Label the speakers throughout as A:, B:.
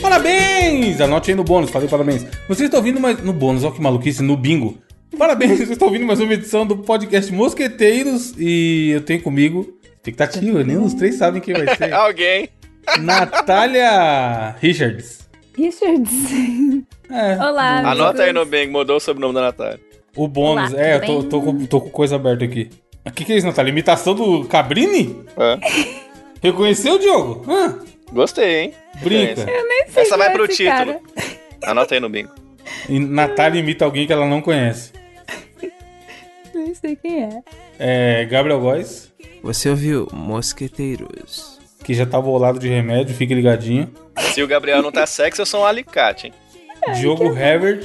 A: Parabéns! Anote aí no bônus, falei parabéns. Vocês estão ouvindo mais. No bônus, olha que maluquice, no bingo. Parabéns, vocês estão ouvindo mais uma edição do podcast Mosqueteiros e eu tenho comigo. Expectativa, nem os três sabem quem vai ser.
B: Alguém.
A: Natália Richards.
C: Richards.
A: É,
C: Olá, amigos.
B: Anota aí no bem, mudou o sobrenome da Natália.
A: o bônus.
C: Olá,
A: é, eu
C: tudo
A: tô, tô
C: bem?
A: com, tô com coisa aberta aqui. O que, que é isso, Natália? Imitação do Cabrini?
B: Hã?
A: Reconheceu, Diogo? Hã?
B: Gostei, hein?
A: Brinca.
C: Esse
B: Essa vai
C: cara,
B: pro
C: esse
B: título.
C: cara.
B: Anota aí no bingo.
A: E Natália imita alguém que ela não conhece.
C: Não sei quem é.
A: É, Gabriel Góes,
D: Você ouviu Mosqueteiros?
A: que já tá bolado de remédio, fique ligadinho.
B: Se o Gabriel não tá sexy, eu sou um alicate, hein?
D: É,
A: Diogo Herbert.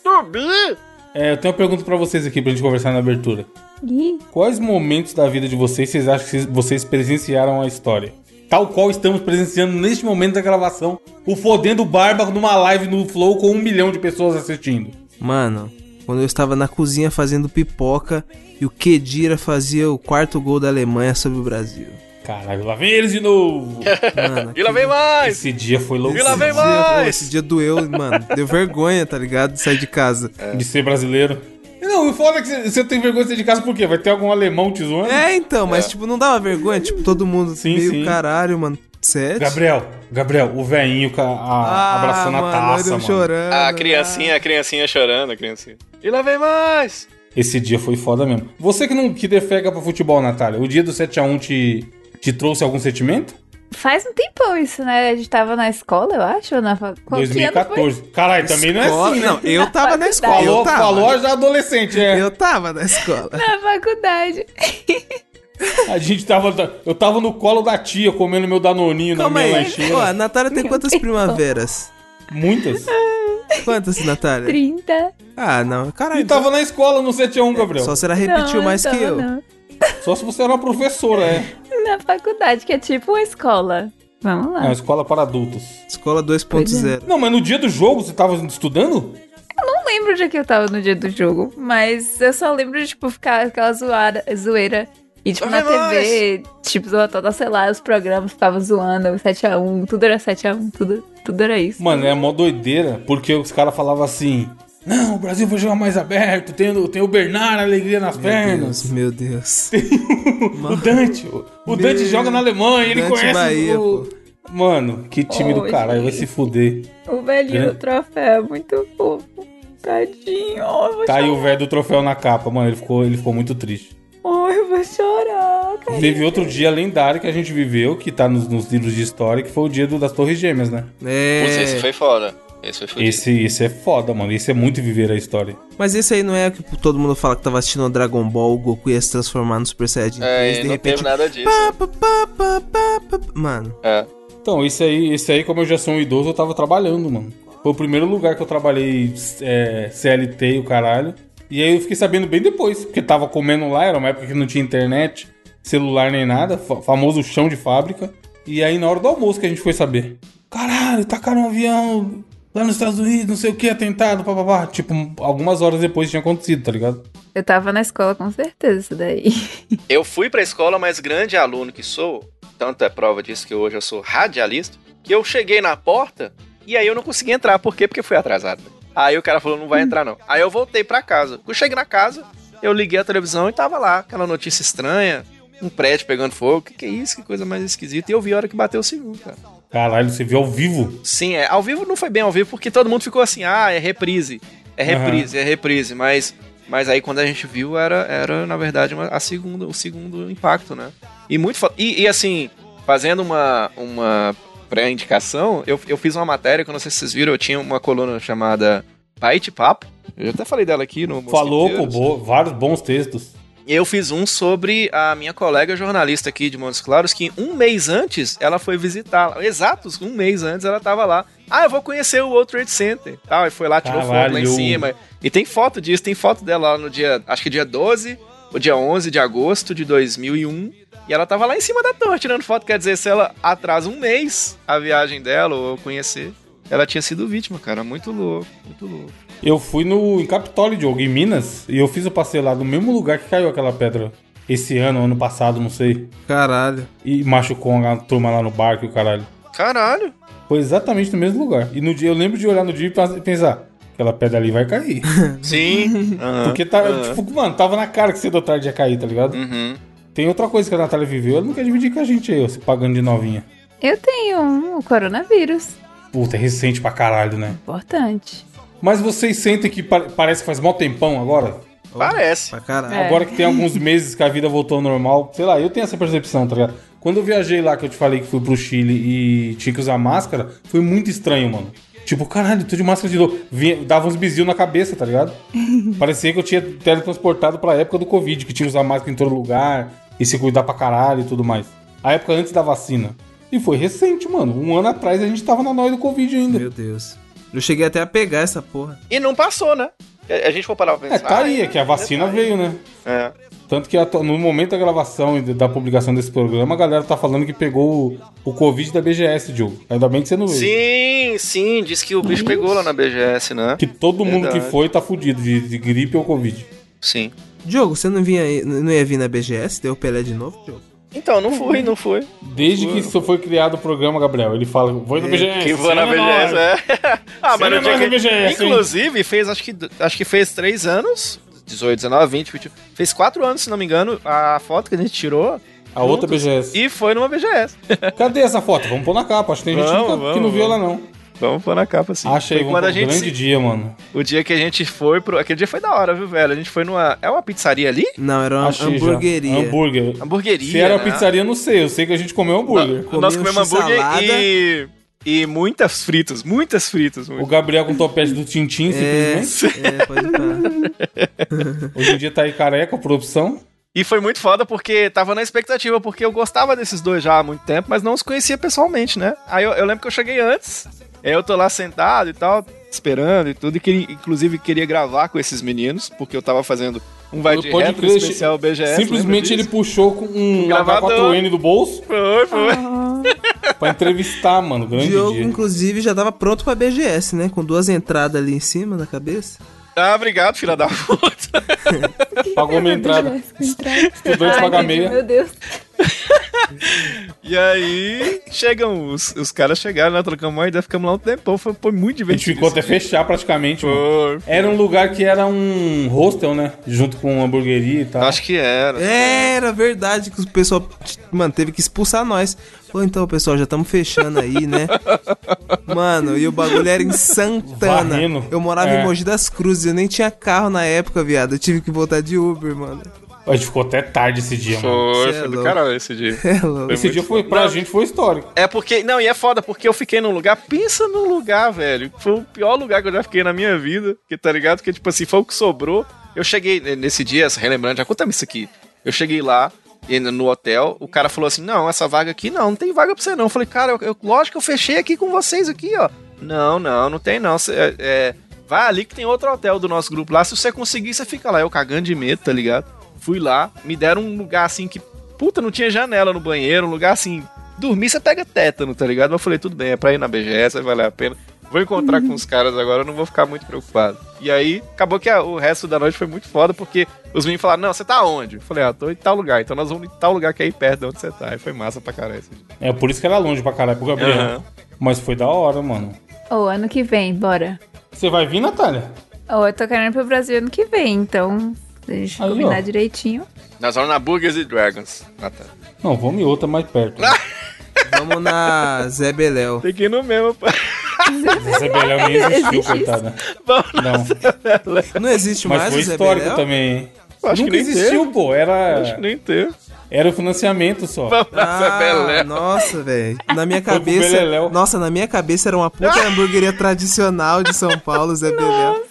B: Subi!
A: É, eu tenho uma pergunta pra vocês aqui pra gente conversar na abertura.
C: Ih,
A: Quais momentos da vida de vocês vocês acham que vocês presenciaram a história? Tal qual estamos presenciando neste momento da gravação, o Fodendo Barba numa live no Flow com um milhão de pessoas assistindo.
D: Mano, quando eu estava na cozinha fazendo pipoca e o Kedira fazia o quarto gol da Alemanha sobre o Brasil.
A: Caralho, lá vem eles de novo!
D: Mano,
B: E lá vem mais!
A: Esse dia foi louco
B: E É. lá vem
D: esse dia-
B: mais!
D: esse dia doeu, mano. Deu vergonha, tá ligado? De sair de casa.
A: de ser brasileiro. Não, e o foda é que você- você tem vergonha de sair de casa por quê? Vai ter algum alemão te zoando?
D: É, então, mas tipo, não dava vergonha. Tipo, todo mundo
A: Sim,
D: meio
A: sim.
D: caralho, mano. Sério?
A: Gabriel, Gabriel, o velhinho com a- a-
D: Ah,
A: abraçando a
D: mano,
A: taça,
D: eu
A: mano.
D: chorando. né?
B: A Ah, criancinha, a criancinha chorando, a criancinha. E lá vem mais!
A: Esse dia foi foda mesmo. Você que não que defega pro futebol, Natália, o dia do 7x1 te, te trouxe algum sentimento?
C: faz um tempão isso, né? A gente tava na escola, eu acho, ou na faculdade.
A: 2014. Caralho, também não é
D: Escola-
A: assim, né?
D: Não, eu tava na escola.
A: Falou,
D: eu tava.
A: falou já adolescente, é.
D: Eu tava na escola.
C: Na faculdade.
D: É.
A: A gente tava. Eu tava no colo da tia comendo meu danoninho
D: Calma
A: na minha
D: aí.
A: lancheira.
D: Ó, a Natália tem quantas primaveras?
A: Muitas.
D: Quantas, assim, Natália?
C: 30.
D: Ah, não. Caralho.
A: E tava na escola no 7x1, Gabriel.
D: Só se ela repetiu
C: Não,
D: mais
C: então,
D: que eu.
C: não.
A: Só se você era uma professora, é.
C: Na faculdade, que é tipo uma escola. Vamos
A: É uma
C: lá.
A: escola para adultos.
C: é.
D: Escola 2.0.
A: Não, mas no dia do jogo você tava estudando?
C: Não lembro de que eu tava no dia do jogo, mas eu só lembro de, tipo, ficar aquela zoada, zoeira. E, tipo, na
B: Vai mais!
C: TV, tipo, zoa toda, sei lá, os programas ficavam zoando, 7x1, tudo era 7x1, tudo, tudo era isso.
A: Mano, é mó doideira, porque os caras falavam assim: Não, o Brasil vai jogar mais aberto, tem, o- tem o Bernard alegria nas
D: Meu
A: pernas.
D: Deus, meu Deus.
A: O Dante, o, o Dante joga na Alemanha, ele
D: Dante
A: conhece
D: Bahia,
A: o. Mano, que time do
C: Ô,
A: caralho, vai se fuder.
C: O velhinho
A: Grande.
C: do troféu, é muito fofo. Tadinho, ó, eu vou
A: Tá aí o velho do troféu na capa, mano, ele ficou, ele ficou muito triste.
C: chorar, eu vou chorar, cara.
A: Teve outro dia lendário que a gente viveu, que tá nos, nos livros de história, que foi o dia do- das Torres Gêmeas, né?
D: É.
B: Putz, esse foi foda. Esse foi fudido.
A: Esse, esse é foda, mano, esse é muito viver a história.
D: Mas esse aí não é o que todo mundo fala que tava assistindo o Dragon Ball, o Goku ia se transformar no Super Saiyajin
B: É,
D: 3,
B: e
D: de
B: não
D: repente.
B: teve nada disso.
D: Pá, pá, pá, pá, pá, pá, pá. Mano,
B: É.
A: Então, esse aí, esse aí, como eu já sou um idoso, eu tava trabalhando, mano. Foi o primeiro lugar que eu trabalhei é, CLT e o caralho. E aí eu fiquei sabendo bem depois, porque tava comendo lá, era uma época que não tinha internet, celular nem nada, fa- famoso chão de fábrica. E aí na hora do almoço que a gente foi saber. Caralho, tacaram um avião lá nos Estados Unidos, não sei o que, atentado, papapá. Tipo, algumas horas depois tinha acontecido, tá ligado?
C: Eu tava na escola com certeza isso daí.
B: Eu fui pra escola, mas grande aluno que sou, tanto é prova disso que hoje eu sou radialista, que eu cheguei na porta e aí eu não consegui entrar. Por quê? Porque fui atrasado. Aí o cara falou, não vai entrar não. Aí eu voltei pra casa. Quando eu cheguei na casa, eu liguei a televisão e tava lá, aquela notícia estranha, um prédio pegando fogo. Que que é isso? Que coisa mais esquisita. E eu vi a hora que bateu o segundo, cara.
A: Caralho, você viu ao vivo?
B: Sim, é. Ao vivo não foi bem ao vivo, porque todo mundo ficou assim, ah, é reprise. É reprise, é reprise. Mas, mas aí quando a gente viu, era, era na verdade, uma- a segunda, o segundo impacto, né? E muito foda. E, e, assim, fazendo uma, uma pré-indicação, eu, eu fiz uma matéria, que eu não sei se vocês viram, eu tinha uma coluna chamada Paite Papo. Eu já até falei dela aqui no
A: Falou, pô,
B: Mosquiteiros.
A: bo- vários bons textos.
B: E eu fiz um sobre a minha colega jornalista aqui de Montes Claros, que um mês antes ela foi visitar. Exatos, um mês antes ela tava lá. Ah, eu vou conhecer o World Trade Center. Tal, e foi lá, tirou foto lá em
A: Caralho.
B: cima. E tem foto disso, tem foto dela lá no dia, acho que dia 12 ou dia 11 de agosto de 2001. E ela tava lá em cima da torre tirando foto. Quer dizer, se ela atrasa um mês a viagem dela ou eu conhecer, ela tinha sido vítima, cara. Muito louco, muito louco.
A: Eu fui no em Capitólio, Diogo, em Minas, e eu fiz o passeio lá no mesmo lugar que caiu aquela pedra. Esse ano, ano passado, não sei.
D: caralho.
A: E machucou a turma lá no barco e o caralho.
B: Caralho.
A: Foi exatamente no mesmo lugar. E no dia eu lembro de olhar no dia e pas- e pensar, aquela pedra ali vai cair.
B: Sim. Aham,
A: Porque tá,
B: aham.
A: tipo, mano, tava na cara que cedo ou tarde ia cair, tá ligado?
B: Uhum.
A: Tem outra coisa que a Natália viveu, ela não quer dividir com a gente aí, ó, se pagando de novinha.
C: Eu tenho um coronavírus.
A: Puta, é recente pra caralho, né?
C: Importante.
A: Mas vocês sentem que pa- parece que faz mó tempão agora?
B: Parece.
D: Pra caralho.
C: É.
A: Agora que tem alguns meses que a vida voltou ao normal, sei lá, eu tenho essa percepção, tá ligado? Quando eu viajei lá, que eu te falei que fui pro Chile e tinha que usar máscara, foi muito estranho, mano. Tipo, caralho, tô de máscara de novo. Vinha- dava uns bizinhos na cabeça, tá ligado? Parecia que eu tinha teletransportado pra época do Covid, que tinha que usar máscara em todo lugar e se cuidar pra caralho e tudo mais. A época antes da vacina. E foi recente, mano. Um ano atrás a gente tava na noia do Covid ainda.
D: Meu Deus. Eu cheguei até a pegar essa porra.
B: E não passou, né? A a gente for parar pra
A: É,
B: pensar.
A: tá aí,
B: ah,
A: é que a vacina veio, né?
B: É.
A: Tanto que atu- no momento da gravação e da publicação desse programa, a galera tá falando que pegou o, o Covid da BGS, Diogo. Ainda bem que você não veio.
B: Sim, sim, diz que o bicho pegou lá na BGS, né?
A: Que todo mundo que
B: Verdade.
A: foi tá fudido de, de gripe ou Covid.
B: Sim.
D: Diogo, você não, vinha, aí- não ia vir na BGS? Deu o Pelé de novo, Diogo?
B: Então, não fui, não fui.
A: Desde que isso foi criado o programa, Gabriel, ele fala, vou na BGS.
B: Que foi na
A: cena
B: BGS,
A: hora.
B: é.
A: Cena
B: ah, mas no dia
A: nós
B: que...
A: é na BGS, hein?
B: Inclusive, fez, acho que, acho que fez três anos. 18, 19, 20, 21. Fez quatro anos, se não me engano, a foto que a gente tirou.
A: A outra BGS.
B: E foi numa BGS.
A: Cadê essa foto? Vamos pôr na capa. Acho que tem gente
B: Vamos,
A: que não- que não
B: vamos,
A: viu ela, não.
B: Vamos pôr na capa, assim.
A: Acha aí,
B: Foi
A: vamos
B: quando
A: pôr
B: a
A: um
B: gente
A: grande
B: se-
A: dia, mano.
B: O dia que a gente foi pro. Aquele dia foi da hora, viu, velho? A gente foi numa. É uma pizzaria ali?
D: Não, era uma
A: Achei já.
D: Hum, hamburgueria.
A: Hambúrguer.
B: Hamburgueria.
A: Se era
B: né?
A: pizzaria, eu não sei. Eu sei que a gente comeu hambúrguer.
D: Comeu
B: Nós comemos hambúrguer
D: salada.
B: e. E muitas fritas, muitas fritas.
A: O
B: Muito.
A: Gabriel com o topete do Tintim,
D: É,
A: simplesmente.
D: é, pode parar.
A: Hoje em dia tá aí careca por opção.
B: E foi muito foda porque tava na expectativa, porque eu gostava desses dois já há muito tempo, mas não os conhecia pessoalmente, né? Aí eu, eu lembro que eu cheguei antes, aí eu tô lá sentado e tal, esperando e tudo, e queria, inclusive queria gravar com esses meninos, porque eu tava fazendo um vai de
A: Pode
B: retro
A: crer,
B: especial BGS.
A: Simplesmente ele
B: lembra disso?
A: puxou com um
B: gravador.
A: H4N do bolso
B: Foi, foi.
A: pra entrevistar, mano. Grande
D: Diogo,
A: dia.
D: inclusive, já tava pronto pra BGS, né? Com duas entradas ali em cima da cabeça.
B: Ah, obrigado, filha da puta.
A: Pagou minha entrada. Estudante
C: Ai,
A: paga
C: gente,
A: meia.
C: Meu Deus.
B: E aí, chegam os, os caras chegaram, nós trocamos uma ideia, ficamos lá um tempão, foi, foi muito
A: A gente
B: divertido.
A: ficou até
B: esse dia.
A: fechar praticamente, mano.
B: Foi.
A: Era um lugar que era um hostel, né? Junto com uma hamburgueria e tal.
B: Acho que era.
D: É, Era verdade que o pessoal, mano, teve que expulsar nós. Falou, então, pessoal, já estamos fechando aí, né? Mano, e o bagulho era em Santana.
A: Varrendo.
D: Eu morava
A: É.
D: em Mogi das Cruzes, eu nem tinha carro na época, viado. Eu tive que voltar de Uber, mano.
A: A gente ficou até tarde esse dia, mano.
B: Foi,
D: Cê é
B: foi do
D: louco.
B: caralho esse dia.
D: É louco.
A: Esse
B: muito
A: dia foi,
B: bom.
A: pra
B: Não.
A: gente foi histórico.
B: É porque. Não, e é foda, porque eu fiquei num lugar. Pensa num lugar, velho. Foi o pior lugar que eu já fiquei na minha vida. Que tá ligado? Porque, tipo assim, foi o que sobrou. Eu cheguei eh, nesse dia, essa- relembrando, já contamos isso aqui. Eu cheguei lá. e No hotel, o cara falou assim: Não, essa vaga aqui não, não tem vaga pra você não. Eu falei, cara, eu, eu- lógico que eu fechei aqui com vocês aqui, ó. Não, não, não tem não. Cê, é, é, vai ali que tem outro hotel do nosso grupo lá. Se você conseguir, você fica lá. Eu cagando de medo, tá ligado? Fui lá, me deram um lugar assim que. Puta, não tinha janela no banheiro, um lugar assim dormir você pega tétano, tá ligado? Mas Eu falei, tudo bem, é pra ir na BGS, vai valer a pena. Vou encontrar com os caras agora, eu não vou ficar muito preocupado. E aí, acabou que a- o resto da noite foi muito foda, porque os meninos falaram, não, você tá onde? Eu falei, ah, tô em tal lugar, então nós vamos em tal lugar que é aí perto de onde você tá. E foi massa pra caralho esse dia.
A: É por isso que era longe pra caralho pro Gabriel.
B: Aham.
A: Mas foi da hora, mano.
C: Ou ano que vem, bora.
A: Você vai vir, Natália?
C: Ou eu tô querendo ir pro Brasil ano que vem, então. Deixa eu
A: Aí,
C: combinar
A: ó.
C: direitinho.
B: Nós vamos na Burgers e Dragons. Ah, tá.
A: Não, vamos em outra mais perto.
D: Vamos na Zé Beléu.
B: Tem que ir no mesmo, pô.
A: Zé Belém nem existiu, coitada.
B: Vamos na-
A: Não.
D: Não existe
A: Mas
D: mais
A: foi
D: o Zé
A: histórico
D: Beléu?
A: também, hein?
B: Acho que
A: Nunca
B: nem
A: existiu, pô.
B: Acho
A: Era,
B: que nem teve.
A: era o financiamento só.
B: Vamos na Zé
D: Ah,
B: Belé.
D: nossa, velho. Na minha
A: pro Beleléu.
D: cabeça. Nossa, na minha cabeça era uma puta hamburgueria tradicional de São Paulo, Zé Beléu.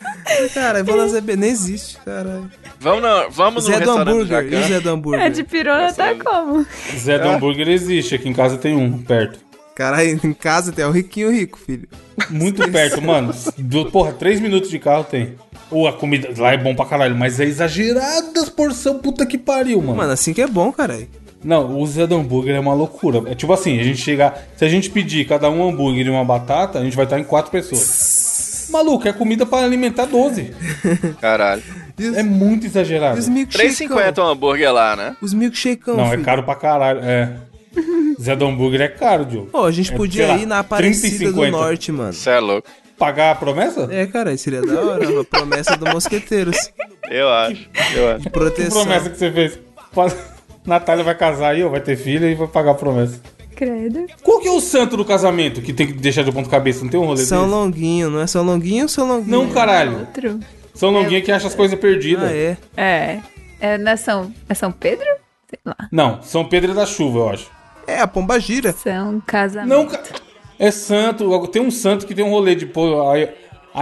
D: Cara, eu vou na Zé Beléu. Nem existe, caralho.
B: Vamos, na- vamos no
D: Zé do
B: restaurante do
D: Hambúrguer. E o
B: Jacan.
D: Zé do Hambúrguer?
C: É de pirona tá como?
A: Zé do Hambúrguer existe, aqui em casa tem um, perto.
D: Caralho, em casa tem o riquinho rico, filho.
A: Muito perto, mano. Do- Porra, três minutos de carro tem. Ou a comida lá é bom pra caralho, mas é exagerada as porção, puta que pariu, mano.
D: Mano, assim que é bom, caralho.
A: Não, o Zé do Hambúrguer é uma loucura. É tipo assim, a gente chegar. Se a gente pedir cada um hambúrguer e uma batata, a gente vai estar em quatro pessoas. Maluco, é comida pra alimentar 12.
B: Caralho.
A: É muito exagerado.
D: Os milkshakeão.
B: 3,50 o um hambúrguer lá, né?
D: Os milkshakeão,
A: Não, é
D: é filho.
A: caro pra caralho. É. Zé do Hambúrguer é caro, Diogo.
D: Pô, a gente
A: É,
D: podia
A: sei lá,
D: ir na
A: 30 e
D: Aparecida do
A: 50.
D: Norte, mano.
B: Você é louco.
A: Pagar a promessa?
D: É, cara, seria da hora. A promessa do Mosqueteiros.
B: Eu acho, eu acho.
A: Que
D: Proteção.
A: promessa que você fez? Fala- Natália vai casar aí, ó, vai ter filha e vai pagar a promessa.
C: Credo.
A: Qual que é o santo do casamento que tem que deixar de ponta cabeça? Não tem um rolê
D: São
A: desse?
D: Longuinho, não é São Longuinho ou São Longuinho?
A: Não, caralho.
C: Outro.
A: São Longuinha que acha as coisas perdidas.
D: Ah, é.
C: É. É, não é São, é São Pedro? Sei lá.
A: Não, São Pedro é da Chuva, eu acho.
D: É, a pomba gira.
C: São Casamento.
A: Não, ca- é santo. Tem um santo que tem um rolê de pôr a,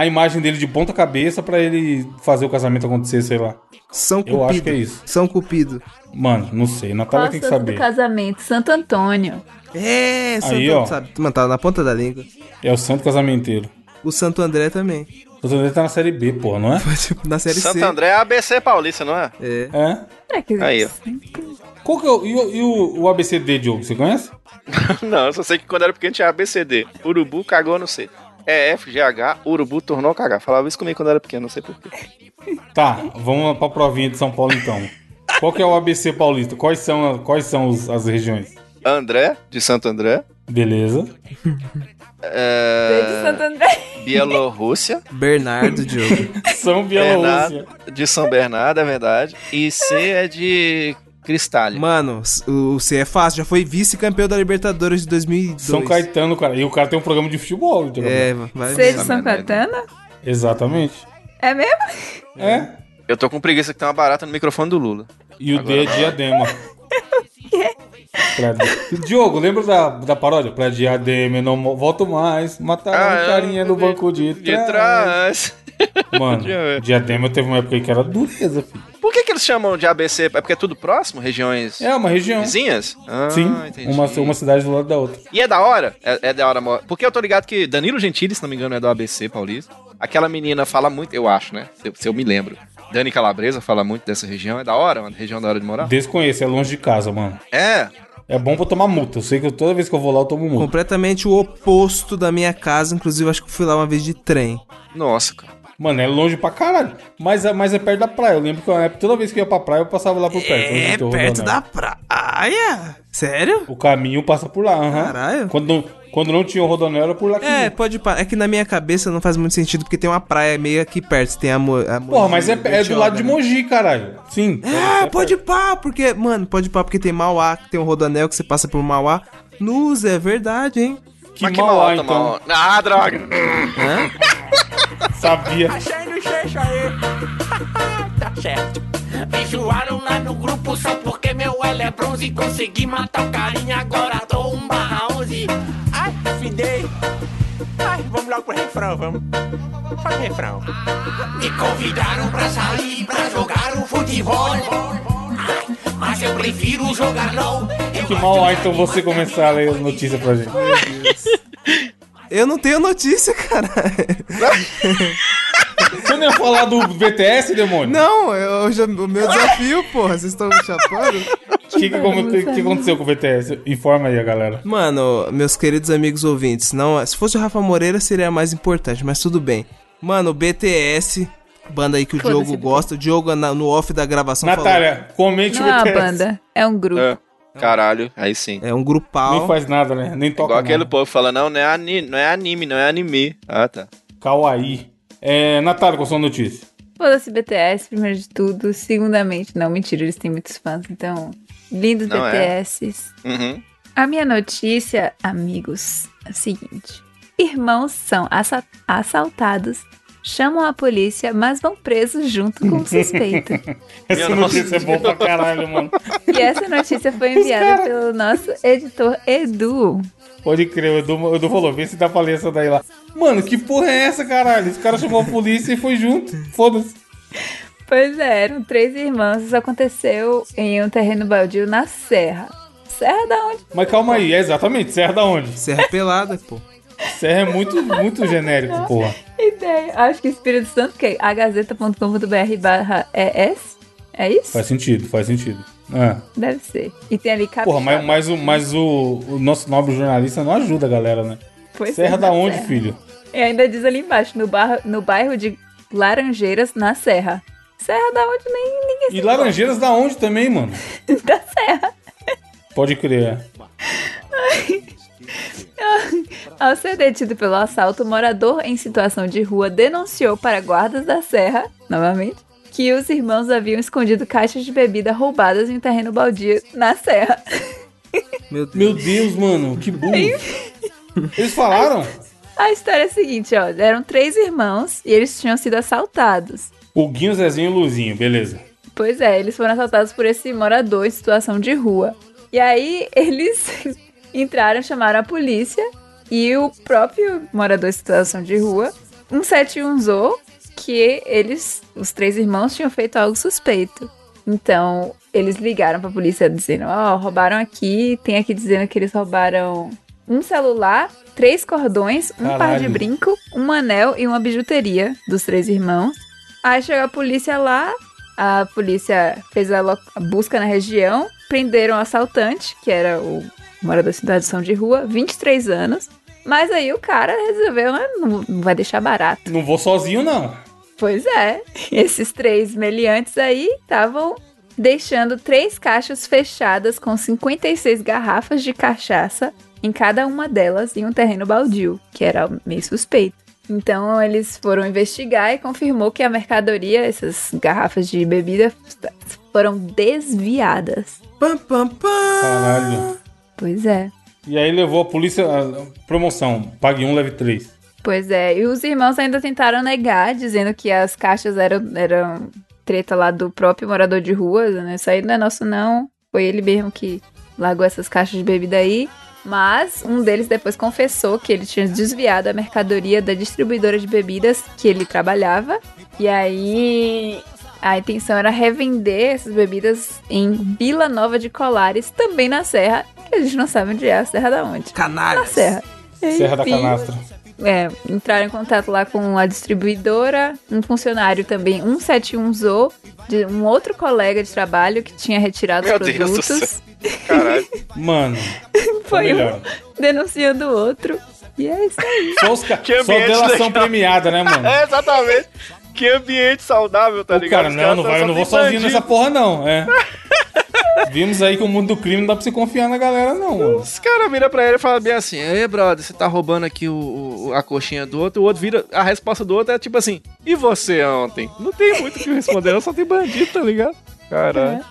A: a imagem dele de ponta cabeça pra ele fazer o casamento acontecer, sei lá.
D: São Cupido.
A: Eu acho que é isso.
D: São Cupido.
A: Mano, não sei.
C: Qual
A: Natália
C: é o
A: tem que
C: santo do
A: saber.
C: casamento? Santo Antônio.
D: É, Santo
A: Aí, ó.
D: sabe? Mano, tá na ponta da língua.
A: É o santo casamenteiro.
D: O Santo André também.
A: O santo dele tá na série B, porra, não é?
D: Tipo, na série
B: Santo
D: C.
B: André é ABC Paulista, não é?
D: É.
A: É.
C: Será que
B: Aí, ó.
A: Qual que é o, e o, e o, o ABCD, Diogo? Você conhece?
B: Não, eu só sei que quando era pequeno tinha ABCD. Urubu cagou no C. É FGH, urubu tornou cagar. Falava isso comigo quando era pequeno, não sei porquê.
A: Tá, vamos pra provinha de São Paulo então. Qual que é o ABC paulista? Quais são, a- quais são os- as regiões?
B: André, de Santo André.
A: Beleza.
B: É,
C: Veio de Santo André.
B: Bielorrússia.
D: Bernardo, Diogo.
A: São Bielorrússia.
B: Bernardo, de São Bernardo, é verdade. E C é de Cristalho.
D: Mano, o C é fácil. Já foi vice-campeão da Libertadores de 2002.
A: São Caetano, né? cara. E o cara tem um programa de futebol. entendeu?
D: É, vai
C: Você é
D: ver.
C: de São
B: né?
C: Caetano?
A: Exatamente.
C: É mesmo?
A: É.
B: Eu tô com preguiça que tem uma barata no microfone do Lula.
A: E o D é diadema. Pra di- Diogo, lembra da, da paródia? Pra diadema, eu não mo- volto mais.
B: Ah,
A: Mataram o Tá carinha do banco de trás.
B: trás.
A: Mano,
B: Deixa eu ver.
A: diadema teve uma época aí que era dureza, filho.
B: Por que, que eles chamam de ABC? É porque é tudo próximo? Regiões
A: É uma região.
B: vizinhas? Ah,
A: Sim,
B: entendi.
A: uma, uma cidade do lado da outra.
B: E é da hora? É, é da hora. mo- Porque eu tô ligado que Danilo Gentili, se não me engano, é do ABC paulista. Aquela menina fala muito, eu acho, né? Se eu, se eu me lembro. Dani Calabresa fala muito dessa região. É da hora, uma região da hora de morar.
A: Desconheço, é longe de casa, mano.
B: É.
A: É bom pra tomar multa. Eu sei que eu- toda vez que eu vou lá, eu tomo multa.
D: Completamente o oposto da minha casa. Inclusive, acho que eu fui lá uma vez de trem.
B: Nossa, cara.
A: Mano, é longe pra caralho. Mas, é- mas é perto da praia. Eu lembro que na época, toda vez que eu ia pra praia, eu passava lá por perto.
D: É,
A: onde tem o
D: perto
A: Rodonel.
D: da praia. Sério?
A: O caminho passa por lá, aham.
D: Caralho.
A: Quando, não- quando não tinha o Rodonel, era por lá que...
D: É, pode parar. É que na minha cabeça não faz muito sentido, porque tem uma praia meio aqui perto. Tem a, Mo- a
A: Porra,
D: Mogi,
A: mas é, é do lado de né?
D: Bertioga, né?
A: Mogi, caralho. Sim.
D: É, pode pá, porque, mano, pode pá, porque tem Mauá, que tem um rodanel que você passa por Mauá. Nuz, é verdade, hein?
A: Que Mauá,
B: malota,
A: então.
B: malota. Ah, droga.
D: Hã?
A: Sabia.
E: Achei no cheixo aí. tá certo. Me Enjoaram lá no grupo só porque meu L é bronze. Consegui matar o carinha, agora tô 1 barra 11. Ai, fidei. Ai, vamos logo pro refrão, vamos. Faz o refrão. Me convidaram pra sair, pra jogar o futebol. Ai, Mas eu prefiro jogar LOL. Eu
A: Que
E: gosto
A: Mauá,
E: de
A: então, você começar a ler as notícias pra gente.
D: Eu não tenho notícia, cara.
A: Você não ia falar do BTS, demônio?
D: Não, eu já, o meu desafio, porra, vocês estão me chapando?
A: O que, que, como- que- que aconteceu com o BTS? Informa aí a galera.
D: Mano, meus queridos amigos ouvintes, não, se fosse o Rafa Moreira seria mais importante, mas tudo bem. Mano, o BTS, banda aí que o
C: Foda-se,
D: Diogo gosta, o Diogo na- no off da gravação falou.
A: Natália, comente
C: Não
A: o
C: é uma
A: BTS.
C: banda, é um grupo.
B: É. Caralho, aí sim.
D: É um
A: Nem
D: grupal.
A: faz nada, né? Nem toca
B: É Igual aquele
A: nada.
B: povo fala, não, não é, ani- não é anime, não é anime. Ah, tá.
A: Kawaii. É, Natália, qual a sua notícia?
C: Foda-se BTS, primeiro de tudo. Segundamente, não, mentira, eles têm muitos fãs, então. Lindos
B: Não é.
C: BTS.
B: Uhum.
C: A minha notícia, amigos, é a seguinte: irmãos são assa- assaltados, chamam a polícia, mas vão presos junto com o suspeito.
A: Essa
B: Minha
A: notícia é boa pra caralho, mano.
C: e essa notícia foi enviada pelo nosso editor Edu.
A: Pode crer, o Edu, o Edu falou, vê se dá pra ler essa daí lá. Mano, que porra é essa, caralho? Esse cara chamou a polícia e foi junto. Foda-se.
C: Pois é, eram três irmãos. Isso aconteceu em um terreno baldio na Serra. Serra da onde?
A: Mas calma aí, é exatamente, Serra da onde?
D: Serra Pelada, pô.
A: Serra é muito, muito genérico, porra.
C: Ideia. Acho que Espírito Santo, que é agazeta.com.br barra ES. É isso?
A: Faz sentido, faz sentido. Ah.
C: Deve ser. E tem ali capixaba.
A: Porra, mas, mas, o, mas o, o nosso nobre jornalista não ajuda a galera, né?
C: Pois
A: Serra
C: é,
A: da
C: na
A: onde,
C: Serra.
A: filho?
C: E ainda diz ali embaixo, no, bar, no bairro de Laranjeiras, na Serra. Serra da onde nem ninguém
A: E Laranjeiras da onde também, mano? é.
C: da Serra.
A: Pode crer.
C: Ao ser detido pelo assalto, o morador em situação de rua denunciou para guardas da serra, novamente, que os irmãos haviam escondido caixas de bebida roubadas em um terreno baldio na serra.
D: Meu Deus.
A: Meu Deus, mano, que burro. Eles falaram?
C: A história é a seguinte, ó, eram três irmãos e eles tinham sido assaltados.
A: O Guinho, Zezinho e o Luzinho, beleza.
C: Pois é, eles foram assaltados por esse morador em situação de rua. E aí eles entraram, chamaram a polícia e o próprio morador em situação de rua 171 zou que eles, os três irmãos, tinham feito algo suspeito. Então eles ligaram pra polícia dizendo: Ó, roubaram aqui, tem aqui dizendo que eles roubaram um celular, três cordões, um par de
A: Caralho.
C: brinco, um anel e uma bijuteria dos três irmãos. Aí chegou a polícia lá, a polícia fez a, lo- a busca na região, prenderam o assaltante, que era o morador de situação de rua, 23 anos. Mas aí o cara resolveu, "Ah, não, não vai deixar barato.
A: Não vou sozinho, não.
C: Pois é, esses três meliantes aí estavam deixando três caixas fechadas com 56 garrafas de cachaça em cada uma delas em um terreno baldio, que era meio suspeito. Então eles foram investigar e confirmou que a mercadoria, essas garrafas de bebida, foram desviadas.
D: Pam, pam, pam.
A: Caralho.
C: Pois é.
A: E aí levou a polícia. a promoção, pague um, leve três.
C: Pois é, e os irmãos ainda tentaram negar, dizendo que as caixas eram, eram treta lá do próprio morador de rua, né? Isso aí não é nosso, não. Foi ele mesmo que largou essas caixas de bebida aí. Mas um deles depois confessou que ele tinha desviado a mercadoria da distribuidora de bebidas que ele trabalhava. E aí a intenção era revender essas bebidas em Vila Nova de Colares, também na Serra. que A gente não sabe onde é a Serra da onde. Na
D: Canalhas.
C: Serra.
A: Serra da
C: Enfim,
A: Canastra.
C: é, entraram em contato lá com a distribuidora, um funcionário também 171 zou de um outro colega de trabalho que tinha retirado
B: Meu
C: os
B: Deus
C: produtos,
B: do céu. Caralho.
A: Mano, foi
C: foi um
A: melhor.
C: denunciando o outro. E é isso aí.
A: Só, os ca...
B: Que
A: Só
B: ambiente
A: delação
B: legal.
A: premiada, né, mano?
B: É, exatamente. Que ambiente saudável, tá
A: o
B: ligado?
A: cara,
B: Os
A: não,
B: caras
A: não
B: só-
A: vai, eu
B: só
A: não vou
B: tem
A: sozinho
B: bandido.
A: nessa porra, não. É. Vimos aí que o mundo do crime não dá pra se confiar na galera, não, mano.
B: Os caras viram pra ele e falam bem assim: Ei, brother, você tá roubando aqui o, o- a coxinha do outro. O outro vira. A resposta do outro é tipo assim: E você ontem? Não tem muito o que responder, não, só tem bandido, tá ligado? Caralho.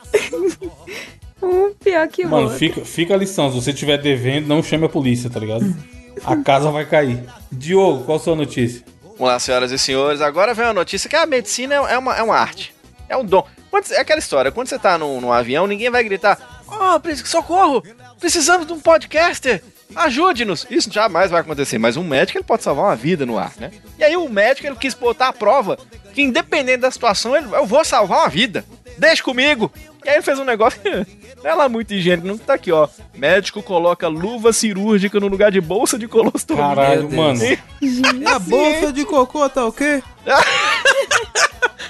C: Um pior que o
A: Mano,
C: outro.
A: fica, fica a lição. Se você estiver devendo, não chame a polícia, tá ligado? A casa vai cair. Diogo, qual a sua notícia?
B: Vamos lá, senhoras e senhores. Agora vem a notícia que a medicina é é uma, é uma arte. É um dom. Quando- é aquela história, quando você tá num, num avião, ninguém vai gritar, oh, pre- socorro! Precisamos de um podcaster! Ajude-nos! Isso jamais vai acontecer, mas um médico ele pode salvar uma vida no ar, né? E aí o médico ele quis botar a prova que independente da situação, ele, eu vou salvar uma vida. Deixa comigo! E aí ele fez um negócio, não é lá muito higiênico, não tá aqui, ó. Médico coloca luva cirúrgica no lugar de bolsa de colostomia.
A: Caralho,
D: Deus.
A: mano.
D: É a bolsa de cocô, tá ok?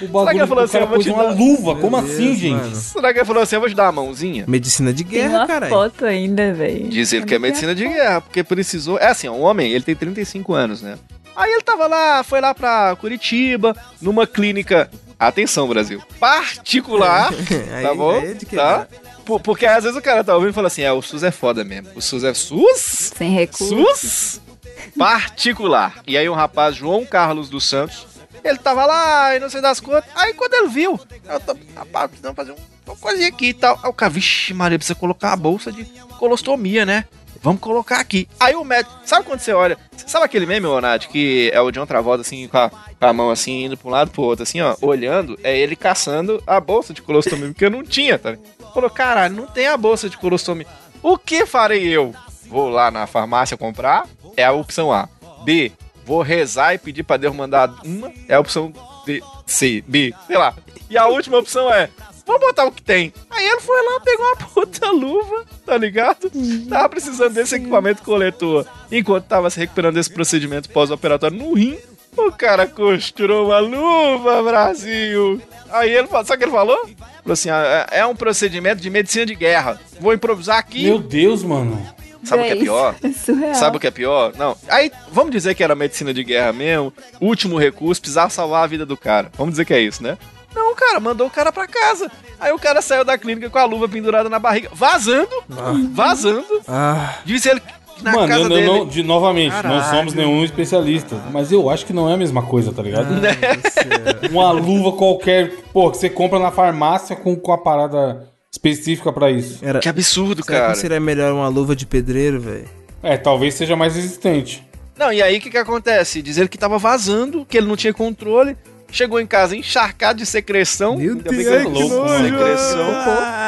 A: O
B: Será que
A: bagulho
B: ele falou
A: o cara
B: assim, eu vou
A: pôs
B: te
A: uma
B: dar-
A: luva.
D: Meu
A: Como
D: Deus,
A: assim, gente?
D: mano.
B: Será que ele falou assim, eu vou te dar a mãozinha?
D: Medicina de
C: Tem
D: guerra,
C: uma
D: caralho.
C: foto ainda, velho.
B: Diz ele que é medicina de guerra, porque precisou. É assim, ó, um homem, ele tem 35 anos, né? Aí ele tava lá, foi lá pra Curitiba, numa clínica. Atenção, Brasil. Particular.
D: Aí-
B: tá bom?
D: aí é de quebrar.
B: tá? Por- porque às vezes o cara tá ouvindo e fala assim: é, o SUS é foda mesmo. O SUS é SUS?
C: Sem recurso.
B: SUS particular. E aí um rapaz, João Carlos dos Santos, ele tava lá e não sei das quantas. Aí quando ele viu, eu tô, rapaz, precisamos fazer um- uma coisinha aqui e tal. Aí o cara, vixe Maria, precisa colocar a bolsa de colostomia, né? Vamos colocar aqui. Aí o médico, sabe quando você olha, sabe aquele meme, ô Nath, que é o John Travolta assim, com a, com a mão assim, indo pra um lado pro outro, assim, ó, olhando, é ele caçando a bolsa de colostomia, porque eu não tinha, tá ligado? Falou, caralho, não tem a bolsa de colostomia. O que farei eu? Vou lá na farmácia comprar, é a opção A. B, vou rezar e pedir pra Deus mandar uma, é a opção D, C, B, sei lá. E a última opção é, vou botar o que tem. Aí ele foi lá, pegou uma puta luva, tá ligado? Tava precisando desse equipamento coletor. Enquanto tava se recuperando desse procedimento pós-operatório no rim, o cara costurou uma luva, Brasil! Aí ele falou, sabe o que ele falou? Falou assim: "Ah, é é um procedimento de medicina de guerra. Vou improvisar aqui.
A: Meu Deus, mano.
B: Sabe o que é
C: Véi,
B: pior?
C: isso É surreal.
B: Sabe o que é pior? Não. Aí, vamos dizer que era medicina de guerra mesmo, último recurso, precisava salvar a vida do cara. Vamos dizer que é isso, né? Não, cara, mandou o cara pra casa. Aí o cara saiu da clínica com a luva pendurada na barriga, vazando, vazando.
D: Ah,
B: Diz ele, na
A: Mano,
B: casa
A: eu, eu
B: dele.
A: não, de, novamente, não
B: Caralho.
A: somos nenhum especialista. Mas eu acho que não é a mesma coisa, tá ligado?
D: Nossa,
A: Uma luva qualquer, pô, que você compra na farmácia com, com a parada específica pra isso.
D: Era...
B: Que absurdo,
D: Será
B: cara.
D: que seria melhor uma luva de pedreiro, velho?
A: É, talvez seja mais resistente.
B: Não, e aí o que, que acontece? Dizendo que tava vazando, que ele não tinha controle, chegou em casa encharcado de secreção. Ainda bem é que ele
A: Deus,
B: falou,
A: que
B: "Pô,
A: nojo!"
B: Secreção, pô.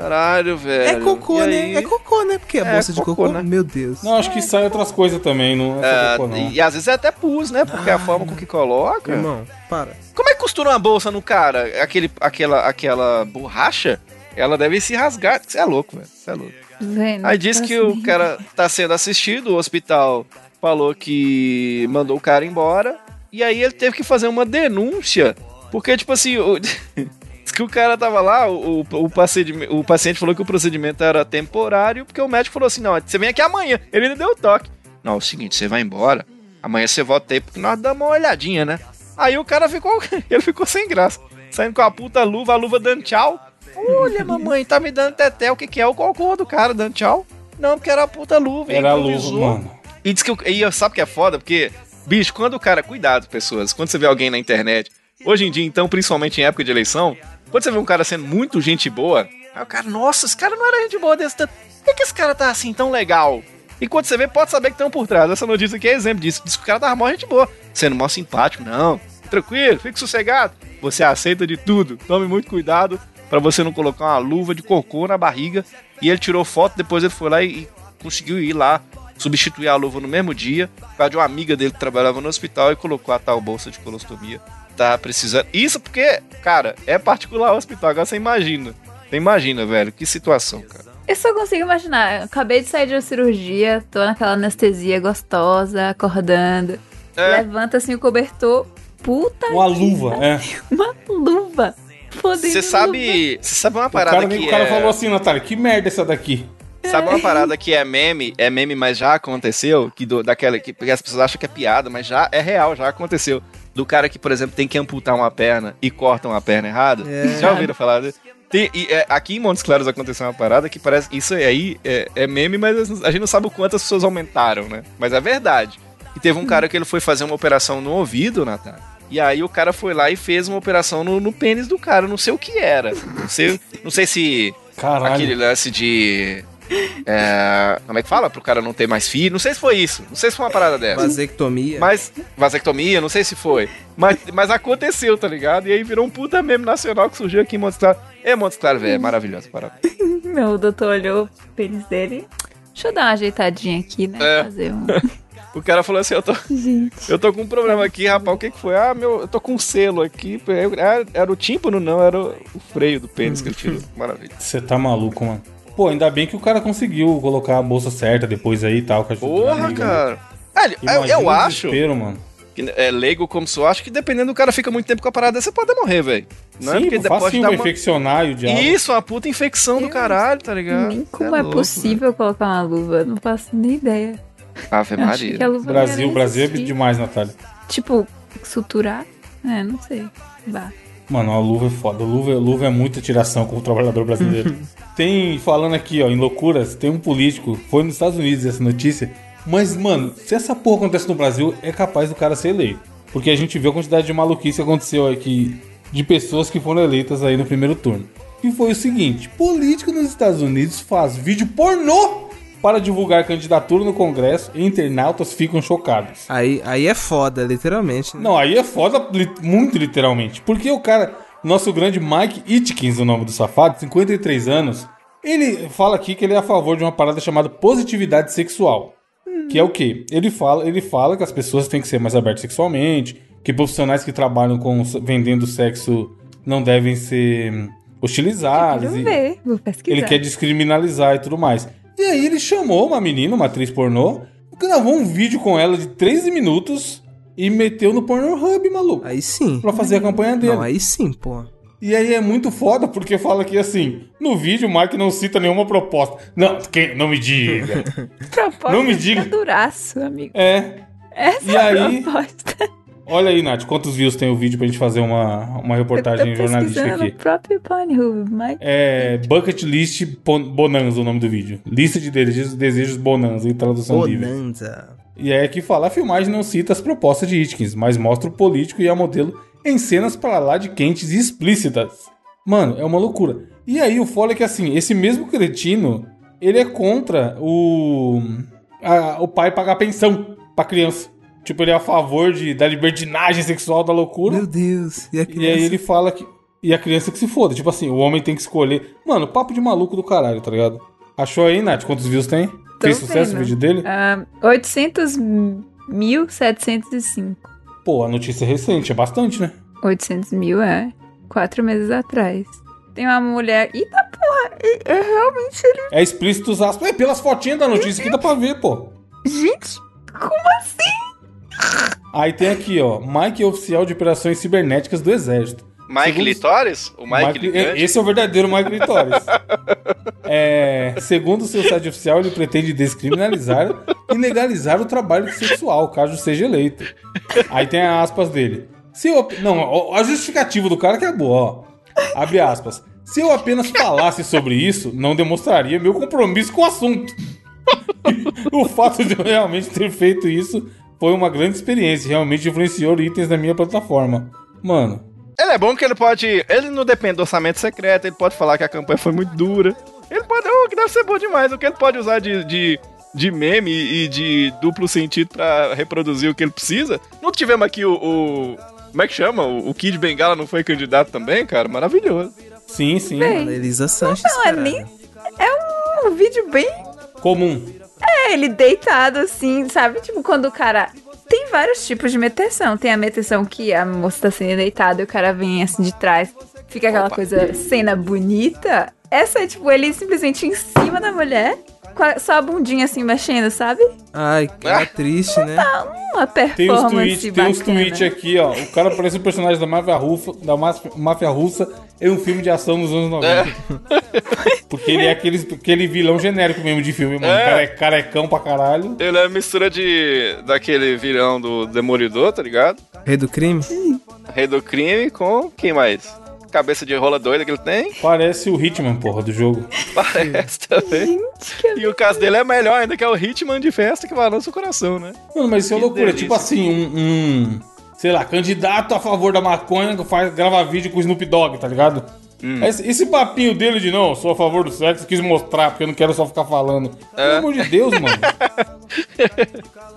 B: Caralho, velho.
D: É cocô,
B: E
D: né?
B: aí-
D: É cocô, né? Porque é,
B: É
D: bolsa de
B: cocô,
D: cocô.
B: né?
D: Meu Deus.
A: Não, acho que sai outras coisas também, não é só
B: Ah,
A: cocô, não.
B: e às vezes é até pus, né? Porque a forma com que coloca.
D: Irmão, para.
B: Como é que costura uma bolsa no cara? Aquele, aquela, aquela borracha, ela deve se rasgar. Você é louco, velho. Você é louco.
C: Vendo,
B: Aí diz que o
C: fascinante.
B: cara tá sendo assistido, o hospital falou que mandou o cara embora. E aí ele teve que fazer uma denúncia. Porque, tipo assim, o- diz que o cara tava lá, o, o, o procedi- o paciente falou que o procedimento era temporário, porque o médico falou assim: não, você vem aqui amanhã. Ele ainda deu o toque. Não, é o seguinte, você vai embora. Amanhã você volta aí, porque nós damos uma olhadinha, né? Aí o cara ficou. Ele ficou sem graça. Saindo com a puta luva, a luva dando tchau. Olha, mamãe, tá me dando teté. O que, que é? O cocô do cara dando tchau? Não, porque era a puta luva.
A: Era a
B: improvisou.
A: luva, mano.
B: E diz que o- e sabe o que é foda? Porque, bicho, quando o cara. Cuidado, pessoas. Quando você vê alguém na internet. Hoje em dia, então, principalmente em época de eleição. Quando você vê um cara sendo muito gente boa. Aí o cara, nossa, esse cara não era gente boa desse tanto. Por que, que esse cara tá assim tão legal? E quando você vê, pode saber que estão por trás. Essa notícia aqui é exemplo disso. Diz que o cara tava mó gente boa. Sendo mó simpático, não. Tranquilo, fique sossegado. Você aceita de tudo. Tome muito cuidado pra você não colocar uma luva de cocô na barriga. E ele tirou foto, depois ele foi lá e, e conseguiu ir lá substituir a luva no mesmo dia, por causa de uma amiga dele que trabalhava no hospital e colocou a tal bolsa de colostomia. Tá precisando. Isso porque, cara, é particular o hospital. Agora você imagina. Você imagina, velho. Que situação, cara.
C: Eu só consigo imaginar. Eu acabei de sair de uma cirurgia, tô naquela anestesia gostosa, acordando.
B: É.
C: Levanta assim o cobertor. Puta
A: Uma luva, é.
C: uma luva. Podendo
B: Você sabe. Você sabe uma
A: O cara,
B: parada
A: nem-
B: que.
A: o cara
B: é-
A: falou assim, Natália, que merda essa daqui?
B: Sabe uma parada que é meme? É meme, mas já aconteceu? Que do- daquela que porque as pessoas acham que é piada, mas já é real, já aconteceu. Do cara que, por exemplo, tem que amputar uma perna e cortam a perna errada.
D: É.
B: Já ouviram falar disso? Tem- e, é, aqui em Montes Claros aconteceu uma parada que parece. Isso aí é, é meme, mas a gente não sabe o quanto as pessoas aumentaram, né? Mas é verdade. E teve um cara que ele foi fazer uma operação no ouvido, Natália. E aí o cara foi lá e fez uma operação no, no pênis do cara. Não sei o que era. Não sei, não sei se
A: Caralho.
B: aquele lance de. é, como é que fala? Pro cara não ter mais filho. Não sei se foi isso. Não sei se foi uma parada dessa.
D: Vasectomia.
B: É. Mas. Vasectomia, não sei se foi. Mas, mas aconteceu, tá ligado? E aí virou um puta meme nacional que surgiu aqui em Montes Claros. É, Montes Claros, velho, é maravilhoso. Parada.
C: Não, o doutor olhou o pênis dele. Deixa eu dar uma ajeitadinha aqui, né?
B: É.
C: Fazer um.
B: O cara falou assim: eu tô,
C: Gente.
B: eu tô com um problema aqui, rapaz. O que que foi? Ah, meu, eu tô com um selo aqui. Era, era o tímpano, não, era o o freio do pênis que ele tirou. Maravilha.
A: Você tá maluco, mano. Pô, ainda bem que o cara conseguiu colocar a bolsa certa depois aí e tal. que ajudou a
B: Porra,
A: amiga, né?
B: cara. Ah, ele- eu,
A: Imagina
B: eu
A: o
B: acho.
A: desespero, mano.
B: que é leigo como sou, acho que dependendo do cara fica muito tempo com a parada, você pode morrer, velho. Não é
A: Sim,
B: porque depois
A: facinho,
B: dá
A: vai
B: uma...
A: infeccionar e o diabo.
B: Isso, uma puta infecção do caralho, tá ligado?
C: Nem
B: Cê
C: como é,
B: louco,
C: possível colocar uma luva. Não faço nem ideia.
B: velho. Ave
C: Eu achei que a
B: Maria.
C: luva não ia
A: Brasil,
C: nem
A: Brasil é
C: existir.
A: demais, Natália.
C: Tipo, suturar? É, não sei. Bah.
A: Mano, a luva é foda. A luva, a luva é muita tiração com o trabalhador brasileiro. tem, falando aqui, ó, em loucuras, tem um político, foi nos Estados Unidos essa notícia. Mas, mano, se essa porra acontece no Brasil, é capaz do cara ser eleito. Porque a gente viu a quantidade de maluquice que aconteceu aqui, de pessoas que foram eleitas aí no primeiro turno. E foi o seguinte: político nos Estados Unidos faz vídeo pornô para divulgar candidatura no Congresso e internautas ficam chocados.
D: Aí, aí é foda, literalmente. né?
A: Não, aí é foda li- muito literalmente. Porque o cara, nosso grande Mike Itkins, o nome do safado, 53 anos, ele fala aqui que ele é a favor de uma parada chamada positividade sexual. Que é o quê? Ele fala, ele fala que as pessoas têm que ser mais abertas sexualmente, que profissionais que trabalham com se- vendendo sexo não devem ser hum, hostilizados.
C: Quero
A: e-
C: Tipo ver. Vou pesquisar.
A: ele quer descriminalizar e tudo mais. E aí ele chamou uma menina, uma atriz pornô, gravou um vídeo com ela de 13 minutos e meteu no Pornhub, maluco.
D: Aí sim.
A: Pra fazer a campanha dele.
D: Não, aí sim, pô.
A: E aí é muito foda, porque fala que assim, no vídeo o Mark não cita nenhuma proposta. Não, quem, não me diga.
C: Proposta
A: Não me
C: fica
A: diga.
C: duraço, amigo.
A: É.
C: Essa
A: E
C: é a
A: aí?
C: proposta.
A: Olha aí, Nath, quantos views tem o vídeo pra gente fazer uma, uma reportagem
C: eu tô
A: jornalística
C: pesquisando
A: aqui?
C: no próprio Pornhub, mas...
A: É Bucket List Pon- Bonanza o nome do vídeo. Lista de desejos, desejos Bonanza em tradução livre.
D: Bonanza.
A: E é que fala, a filmagem não cita as propostas de Hitkins, mas mostra o político e a modelo em cenas para lá de quentes e explícitas. Mano, é uma loucura. E aí o foda é que assim, esse mesmo cretino, ele é contra o a- o pai pagar pensão pra criança. Tipo, ele é a favor de, da libertinagem sexual, da loucura.
D: Meu Deus. E
A: E
D: a
A: aí
D: criança?
A: ele fala que. E a criança que se foda. Tipo assim, o homem tem que escolher. Mano, papo de maluco do caralho, tá ligado? Achou aí, Nath? Quantos views tem? Fez sucesso o
C: vendo.
A: vídeo dele?
C: Ah,
A: É.
C: 800.705.
A: Pô, a notícia é recente, é bastante, né?
C: 800 mil, é. Quatro meses atrás. Tem uma mulher... Eita porra! É, é realmente ele...
A: É explícito os aspas. É pelas fotinhas da notícia que dá pra ver, pô.
C: Gente, como assim?
A: Aí tem aqui, ó. Mike é oficial de operações cibernéticas do Exército.
B: Mike
A: Segundo-
B: Litoris? O Mike,
A: Mike-
B: Ligante?
A: Esse é o verdadeiro Mike Vitórias. É, segundo o seu site oficial, ele pretende descriminalizar e legalizar o trabalho sexual, caso seja eleito. Aí tem as aspas dele. Se eu, ap- não, ó, a justificativa do cara que é boa, ó. Abre aspas. Se eu apenas falasse sobre isso, não demonstraria meu compromisso com o assunto. o fato de eu realmente ter feito isso foi uma grande experiência. Realmente influenciou itens da minha plataforma. Mano,
B: Ele é bom que ele pode. Ele não depende do orçamento secreto, ele pode falar que a campanha foi muito dura. Ele pode. O que deve ser bom demais, o que ele pode usar de, de, de meme e de duplo sentido pra reproduzir o que ele precisa. Não tivemos aqui o. o- como é que chama? O, o Kid Bengala não foi candidato também, cara? Maravilhoso.
A: sim, sim.
D: Mano, Elisa Sanches,
C: Não, é
D: caralho.
C: nem... É um vídeo bem
A: Comum.
C: É, ele deitado assim, sabe? Tipo, quando o cara. Tem vários tipos de meteção. Tem a meteção que a moça tá sendo deitada e o cara vem assim de trás. Fica aquela coisa, cena bonita. Essa é tipo, ele simplesmente em cima da mulher, com a- só a bundinha assim mexendo, sabe?
D: Ai, que é triste, né?
C: Uma
A: Tem os
C: performance
A: tweets, tem
C: bacana.
A: os tweets aqui, ó. O cara parece um personagem da máfia, rufa, da mas- máfia russa em um filme de ação dos anos 90. Porque ele é aquele, aquele vilão genérico mesmo de filme, mano.
B: É.
A: O cara é carecão pra caralho.
B: Ele é a mistura de. daquele vilão do Demolidor, tá ligado?
D: Rei do crime?
B: Rei do crime com. quem mais? Cabeça de rola doida que ele tem?
A: Parece o Hitman, porra, do jogo.
B: Parece também.
C: Gente, que
B: E o caso dele é melhor ainda, que é o Hitman de festa que balança o coração, né?
A: Mano, mas isso é
B: Que
A: loucura.
B: delícia.
A: Tipo assim, um, um, Sei lá, candidato a favor da maconha que faz, grava vídeo com o Snoop Dogg, tá ligado?
B: Hum.
A: Esse, esse papinho dele de não, sou a favor do sexo, quis mostrar, porque eu não quero só ficar falando.
B: É.
A: Pelo amor de Deus, mano.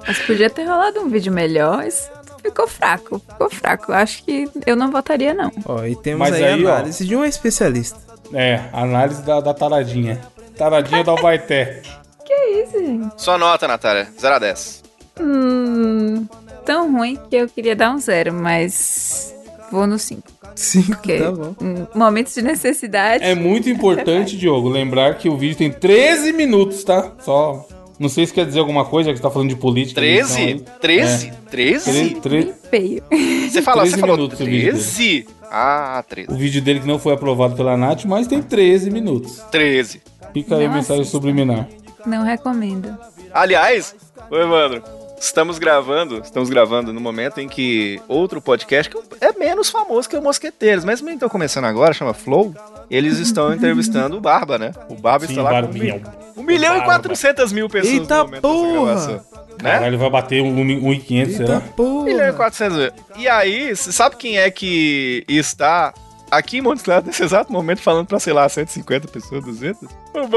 C: Mas podia ter rolado um vídeo melhor, mas ficou fraco. Ficou fraco. Eu Acho que eu não votaria, não.
D: Ó, e temos
A: Mas
D: aí,
A: aí, ó.
D: a análise de um especialista.
A: É, análise da, da taradinha. Taradinha da Albaité.
C: Que isso, gente?
B: Sua nota, Natália. 0 a 10.
C: Hum, tão ruim que eu queria dar um zero, mas vou no 5.
D: Cinco,
C: Ok.
D: tá bom.
C: Hum, Momentos de necessidade.
A: É muito importante, Diogo, lembrar que o vídeo tem 13 minutos, tá? Só. Não sei se quer dizer alguma coisa, já que você tá falando de política. Então, eleição
B: 13?
A: aí.
B: 13?
A: Tre-
B: 13?
A: tre-
C: feio.
B: Você fala, você
A: 13
B: falou
A: minutos o vídeo
B: 13? Ah,
A: O
B: 13.
A: vídeo dele que não foi aprovado pela Nath, mas tem 13 minutos.
B: 13.
A: Fica aí a
C: Nossa.
A: mensagem subliminar.
C: Não recomendo.
B: Aliás, ô Evandro, estamos gravando, estamos gravando no momento em que outro podcast que é menos famoso que o Mosqueteiros, mas também estão começando agora, chama Flow. Eles estão entrevistando o Barba, né? O Barba
A: Sim,
B: está lá
A: Barbinha.
B: com 1 milhão e
A: Barba.
B: 400 mil pessoas
D: Eita
B: no momento dessa
D: porra!
B: gravação. Né? Um
A: Caralho, vai bater um, um, um e 500,
D: Eita
A: será?
B: milhão e
C: é
D: porra.
B: 400 mil. E aí, cê sabe quem é que está aqui em Montes Claros nesse exato momento falando pra, sei lá, 150 pessoas, 200? O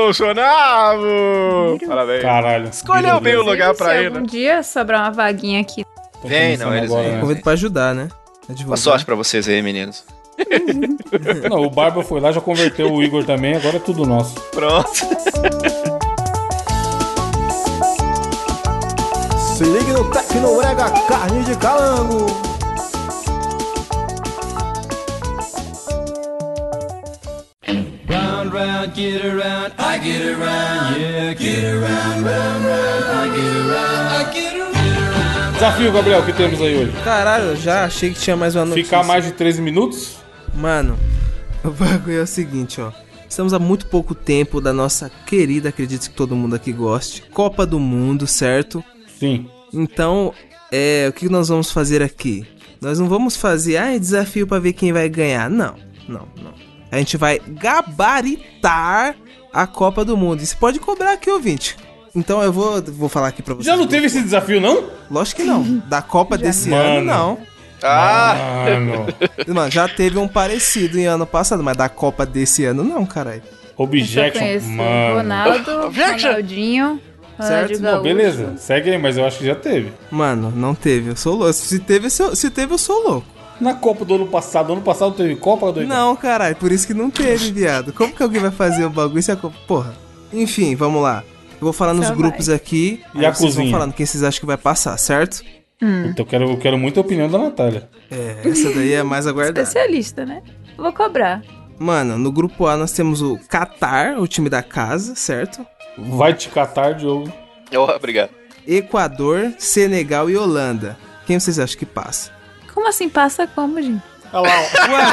B: Bolsonaro! Parabéns.
A: Caralho.
B: Escolheu bem o lugar pra né?
C: Se
B: ele.
C: algum dia sobrar uma vaguinha aqui.
A: Tô
B: Vem,
A: começando
B: não, eles
A: agora,
B: vêm.
A: né?
D: Convido pra ajudar, né?
B: Boa
D: Advogado.
B: sorte pra vocês aí, meninos.
A: Não, o Barba foi lá, já converteu o Igor também, agora é tudo nosso.
B: Pronto.
F: Se ligue no Tecnorega Carne de Calango. Round, round, get around, I get around, yeah, get around, round, round, I get around, I get around.
A: Desafio, Gabriel, que temos aí hoje?
D: Caralho, eu já achei que tinha mais uma notícia.
A: Ficar mais de 13 minutos?
D: Mano, o bagulho é o seguinte, ó. Estamos há muito pouco tempo da nossa querida, acredito que todo mundo aqui goste, Copa do Mundo, certo?
A: Sim.
D: Então, é, o que nós vamos fazer aqui? Nós não vamos fazer, ah, é desafio pra ver quem vai ganhar. Não, não, não. A gente vai gabaritar a Copa do Mundo. Isso pode cobrar aqui, ouvinte. Então eu vou, vou falar aqui pra vocês.
A: Já não teve esse desafio, não?
D: Lógico que não. Da Copa desse ano,
A: Mano.
D: não.
B: Ah,
A: Mano.
D: Mano, já teve um parecido em ano passado, mas da Copa desse ano não, caralho.
C: Eu só conheço
A: Objection. Mano.
C: Ronaldo,
B: Objection.
C: Ronaldinho, Ronaldo
D: Certo, bom,
C: Gaúcho.
A: Pô, beleza, segue aí, mas eu acho que já teve.
D: Mano, não teve. Eu sou louco. Se teve, eu- se teve eu sou louco.
A: Na Copa do ano passado, ano passado teve Copa do
D: Não, caralho, por isso que não teve, viado. Como que alguém vai fazer o bagulho se a co- Porra. Enfim, vamos lá. Eu vou falar nos
C: Só
D: grupos aqui.
A: E
D: aí
A: a
D: vocês
A: cozinha?
D: Vão falando quem vocês acham que vai passar, certo?
A: Então eu quero, eu quero muito a opinião da Natália.
D: É, essa daí é mais aguardada.
C: especialista, né? Vou cobrar.
D: Mano, no grupo A nós temos o Qatar, o time da casa, certo?
A: Vai te catar, Diogo.
B: oh, obrigado.
D: Equador, Senegal e Holanda. Quem vocês acham que passa?
C: Como assim passa como, gente?
A: Olha lá,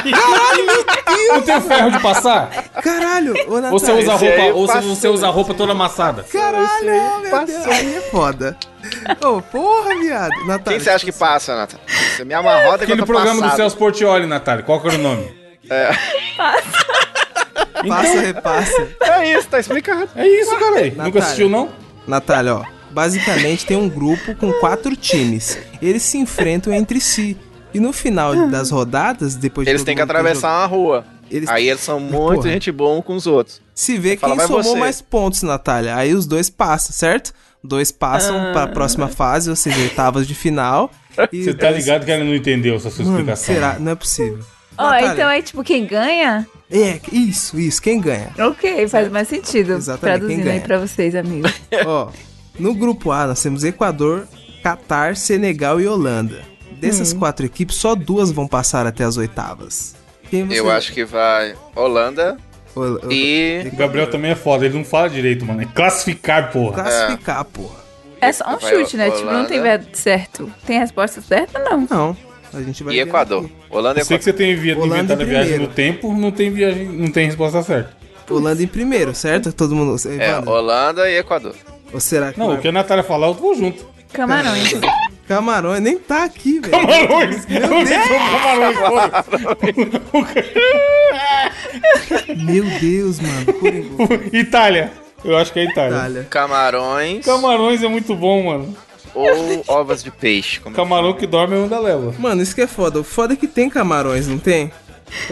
A: ó. Não tem ferro de passar?
D: Caralho, ô Natália.
A: Ou você usa
B: esse aí
A: roupa, ou se
B: passou,
A: você usa roupa toda amassada?
D: Caralho, meu
B: passou.
D: Deus, aí é foda. Ô, porra, viado. Natália,
B: Quem você acha que passa, Nata? Você me amarroda que eu
A: Aquele
B: tô
A: programa do
B: tá passado.
A: Celso Portioli, Natália, qual que era o nome?
D: Passa, repassa.
B: É isso, tá explicado.
A: É isso, cara. Nunca
D: Natália.
A: assistiu, não?
D: Natália, ó. Basicamente tem um grupo com quatro times. Eles se enfrentam entre si. E no final das rodadas, depois de
B: Eles
D: todo
B: têm que
D: mundo ter
B: atravessar uma rua.
D: jogado, eles
B: Aí eles são muito
D: Porra.
B: gente boa um com os outros.
D: se vê
B: Fala,
D: quem
B: vai
D: somou
B: você.
D: mais pontos, Natália. Aí os dois passam, certo? Dois passam
C: Ah.
D: pra próxima fase, ou seja, oitavas de final. E
A: Você tá ligado que ela não entendeu essa sua
D: Mano,
A: explicação. né?
D: será? Não é possível.
C: Ó,
D: Natália,
C: então é tipo quem ganha?
D: É, isso, isso, quem ganha?
C: Ok, faz mais sentido.
D: Exatamente, quem
C: Traduzindo
D: ganha?
C: aí pra vocês, amigos.
D: Ó, no grupo A nós temos Equador, Catar, Senegal e Holanda. Dessas quatro equipes, só duas vão passar até as oitavas. Quem você-
B: Eu acho que vai Holanda
D: Hol- hol-
B: e.
A: O Gabriel também é foda, ele não fala direito, mano. É classificar, porra.
B: ah,
D: classificar, porra.
C: É só um
B: Vai,
C: chute, né?
B: Holanda.
C: Tipo, não tem ver- certo. Tem resposta certa, não.
D: Não, a gente vai
B: E
D: vendo
B: Equador.
D: aqui.
B: Holanda e
A: Eu sei
B: Equador.
A: que você tem invi-
D: Holanda em
A: inventado a viagem
D: primeiro.
A: no tempo, não tem viagem, não tem resposta certa.
D: Holanda em primeiro, certo? Todo mundo.
B: É,
D: Evandro,
B: Holanda e Equador.
D: Ou será que
A: Não,
D: vai-
A: o que a Natália falar, eu vou junto.
D: É,
C: Camarões.
D: Camarões nem tá aqui, velho.
A: Camarões! Eu disse camarões,
D: Meu Deus, mano. Coringou,
A: pô. Itália. Eu acho que é Itália.
D: Itália.
B: Camarões
A: Camarões é muito bom, mano.
B: ou ovas de peixe. Como...
A: Camarão que dorme ainda leva.
D: Mano, isso que é foda. O foda é que tem camarões, não tem?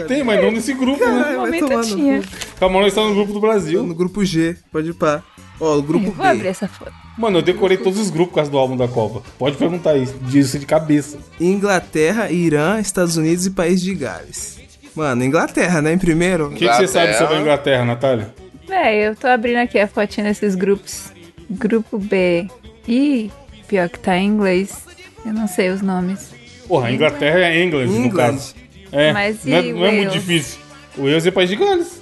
A: Tem, mas não nesse grupo, né?
C: No
D: Caralho, vai
C: momento
D: tomar
C: eu
D: no
C: tinha.
D: cu.
A: Camarões tá no grupo do Brasil.
D: No grupo G, pode ir pra. Ó, o grupo
C: Eu Vou abrir
D: B.
C: essa foto.
A: Mano, eu decorei todos os grupos por causa do álbum da Copa. Pode perguntar isso, disso de cabeça.
D: Inglaterra, Irã, Estados Unidos e País de Gales. Mano, Inglaterra, né? Em primeiro.
A: O que, que você sabe
B: Inglaterra.
A: sobre a Inglaterra, Natália?
C: Véi, eu tô abrindo aqui a fotinha desses grupos. Grupo B. Ih, pior que tá em inglês. Eu não sei os nomes.
A: Porra, a Inglaterra é England, no
D: England.
A: caso. É,
C: Mas
A: não, é,
C: e
A: não é muito
C: Wales?
A: difícil. O Wales é país de Gales.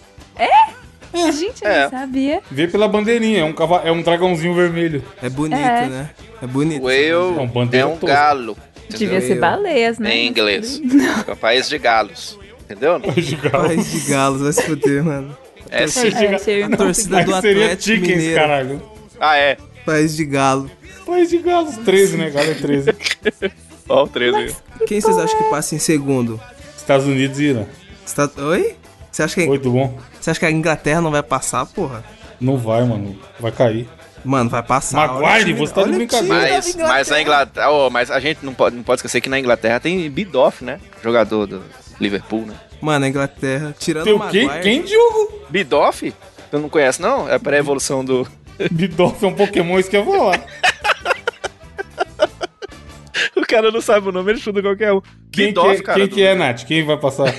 C: Gente, eu
B: É.
C: não sabia.
A: Vê pela bandeirinha, é um, cava- é um dragãozinho vermelho.
D: É bonito,
C: É.
D: né? É bonito.
A: Não,
B: Whale
A: bandeira
B: é um
A: tosca.
B: galo.
C: Devia
B: Entendeu?
C: ser
D: Eu-
C: baleias, assim, né?
B: Em inglês. É o país de galos. Entendeu?
A: País de Gales.
D: País de Galos, vai se fuder, mano.
B: É sim.
C: É, achei
D: A torcida
A: Aí
D: do
A: seria
D: Atlético
A: Chickens,
D: Mineiro.
A: caralho. é
B: Ah, é.
D: País de Galo.
A: País de Galos, 13, né? Galo é 13.
B: Ó, o 13.
D: Quem vocês acham que passa em segundo?
A: Estados Unidos e Irã.
D: Está... Oi? Você acha, que...
A: Oito bom.
D: você acha que a Inglaterra não vai passar, porra?
A: Não vai, mano. Vai cair.
D: Mano, vai passar.
A: Mas
D: Olha o
A: guarde,
D: time-
A: você tá de
D: olha o time
A: brincadeira.
D: da
B: Mas, mas a Inglaterra. ó, mas a gente não pode, não pode esquecer que na Inglaterra tem Bidoff, né? Jogador do Liverpool, né?
D: Mano, a Inglaterra, tirando
A: Tem
D: o
A: o quem?
D: Tá Maguire...
A: Quem, Diogo?
B: Bidoff? Tu não conhece, não? É a pré-evolução do.
A: Bidolf é um Pokémon, isso que eu vou lá.
B: O cara não sabe o nome, ele chuta qualquer um.
A: Quem que,
B: Bidoff,
A: é-
B: cara.
A: quem
B: do-
A: que é, Nath? Quem vai passar?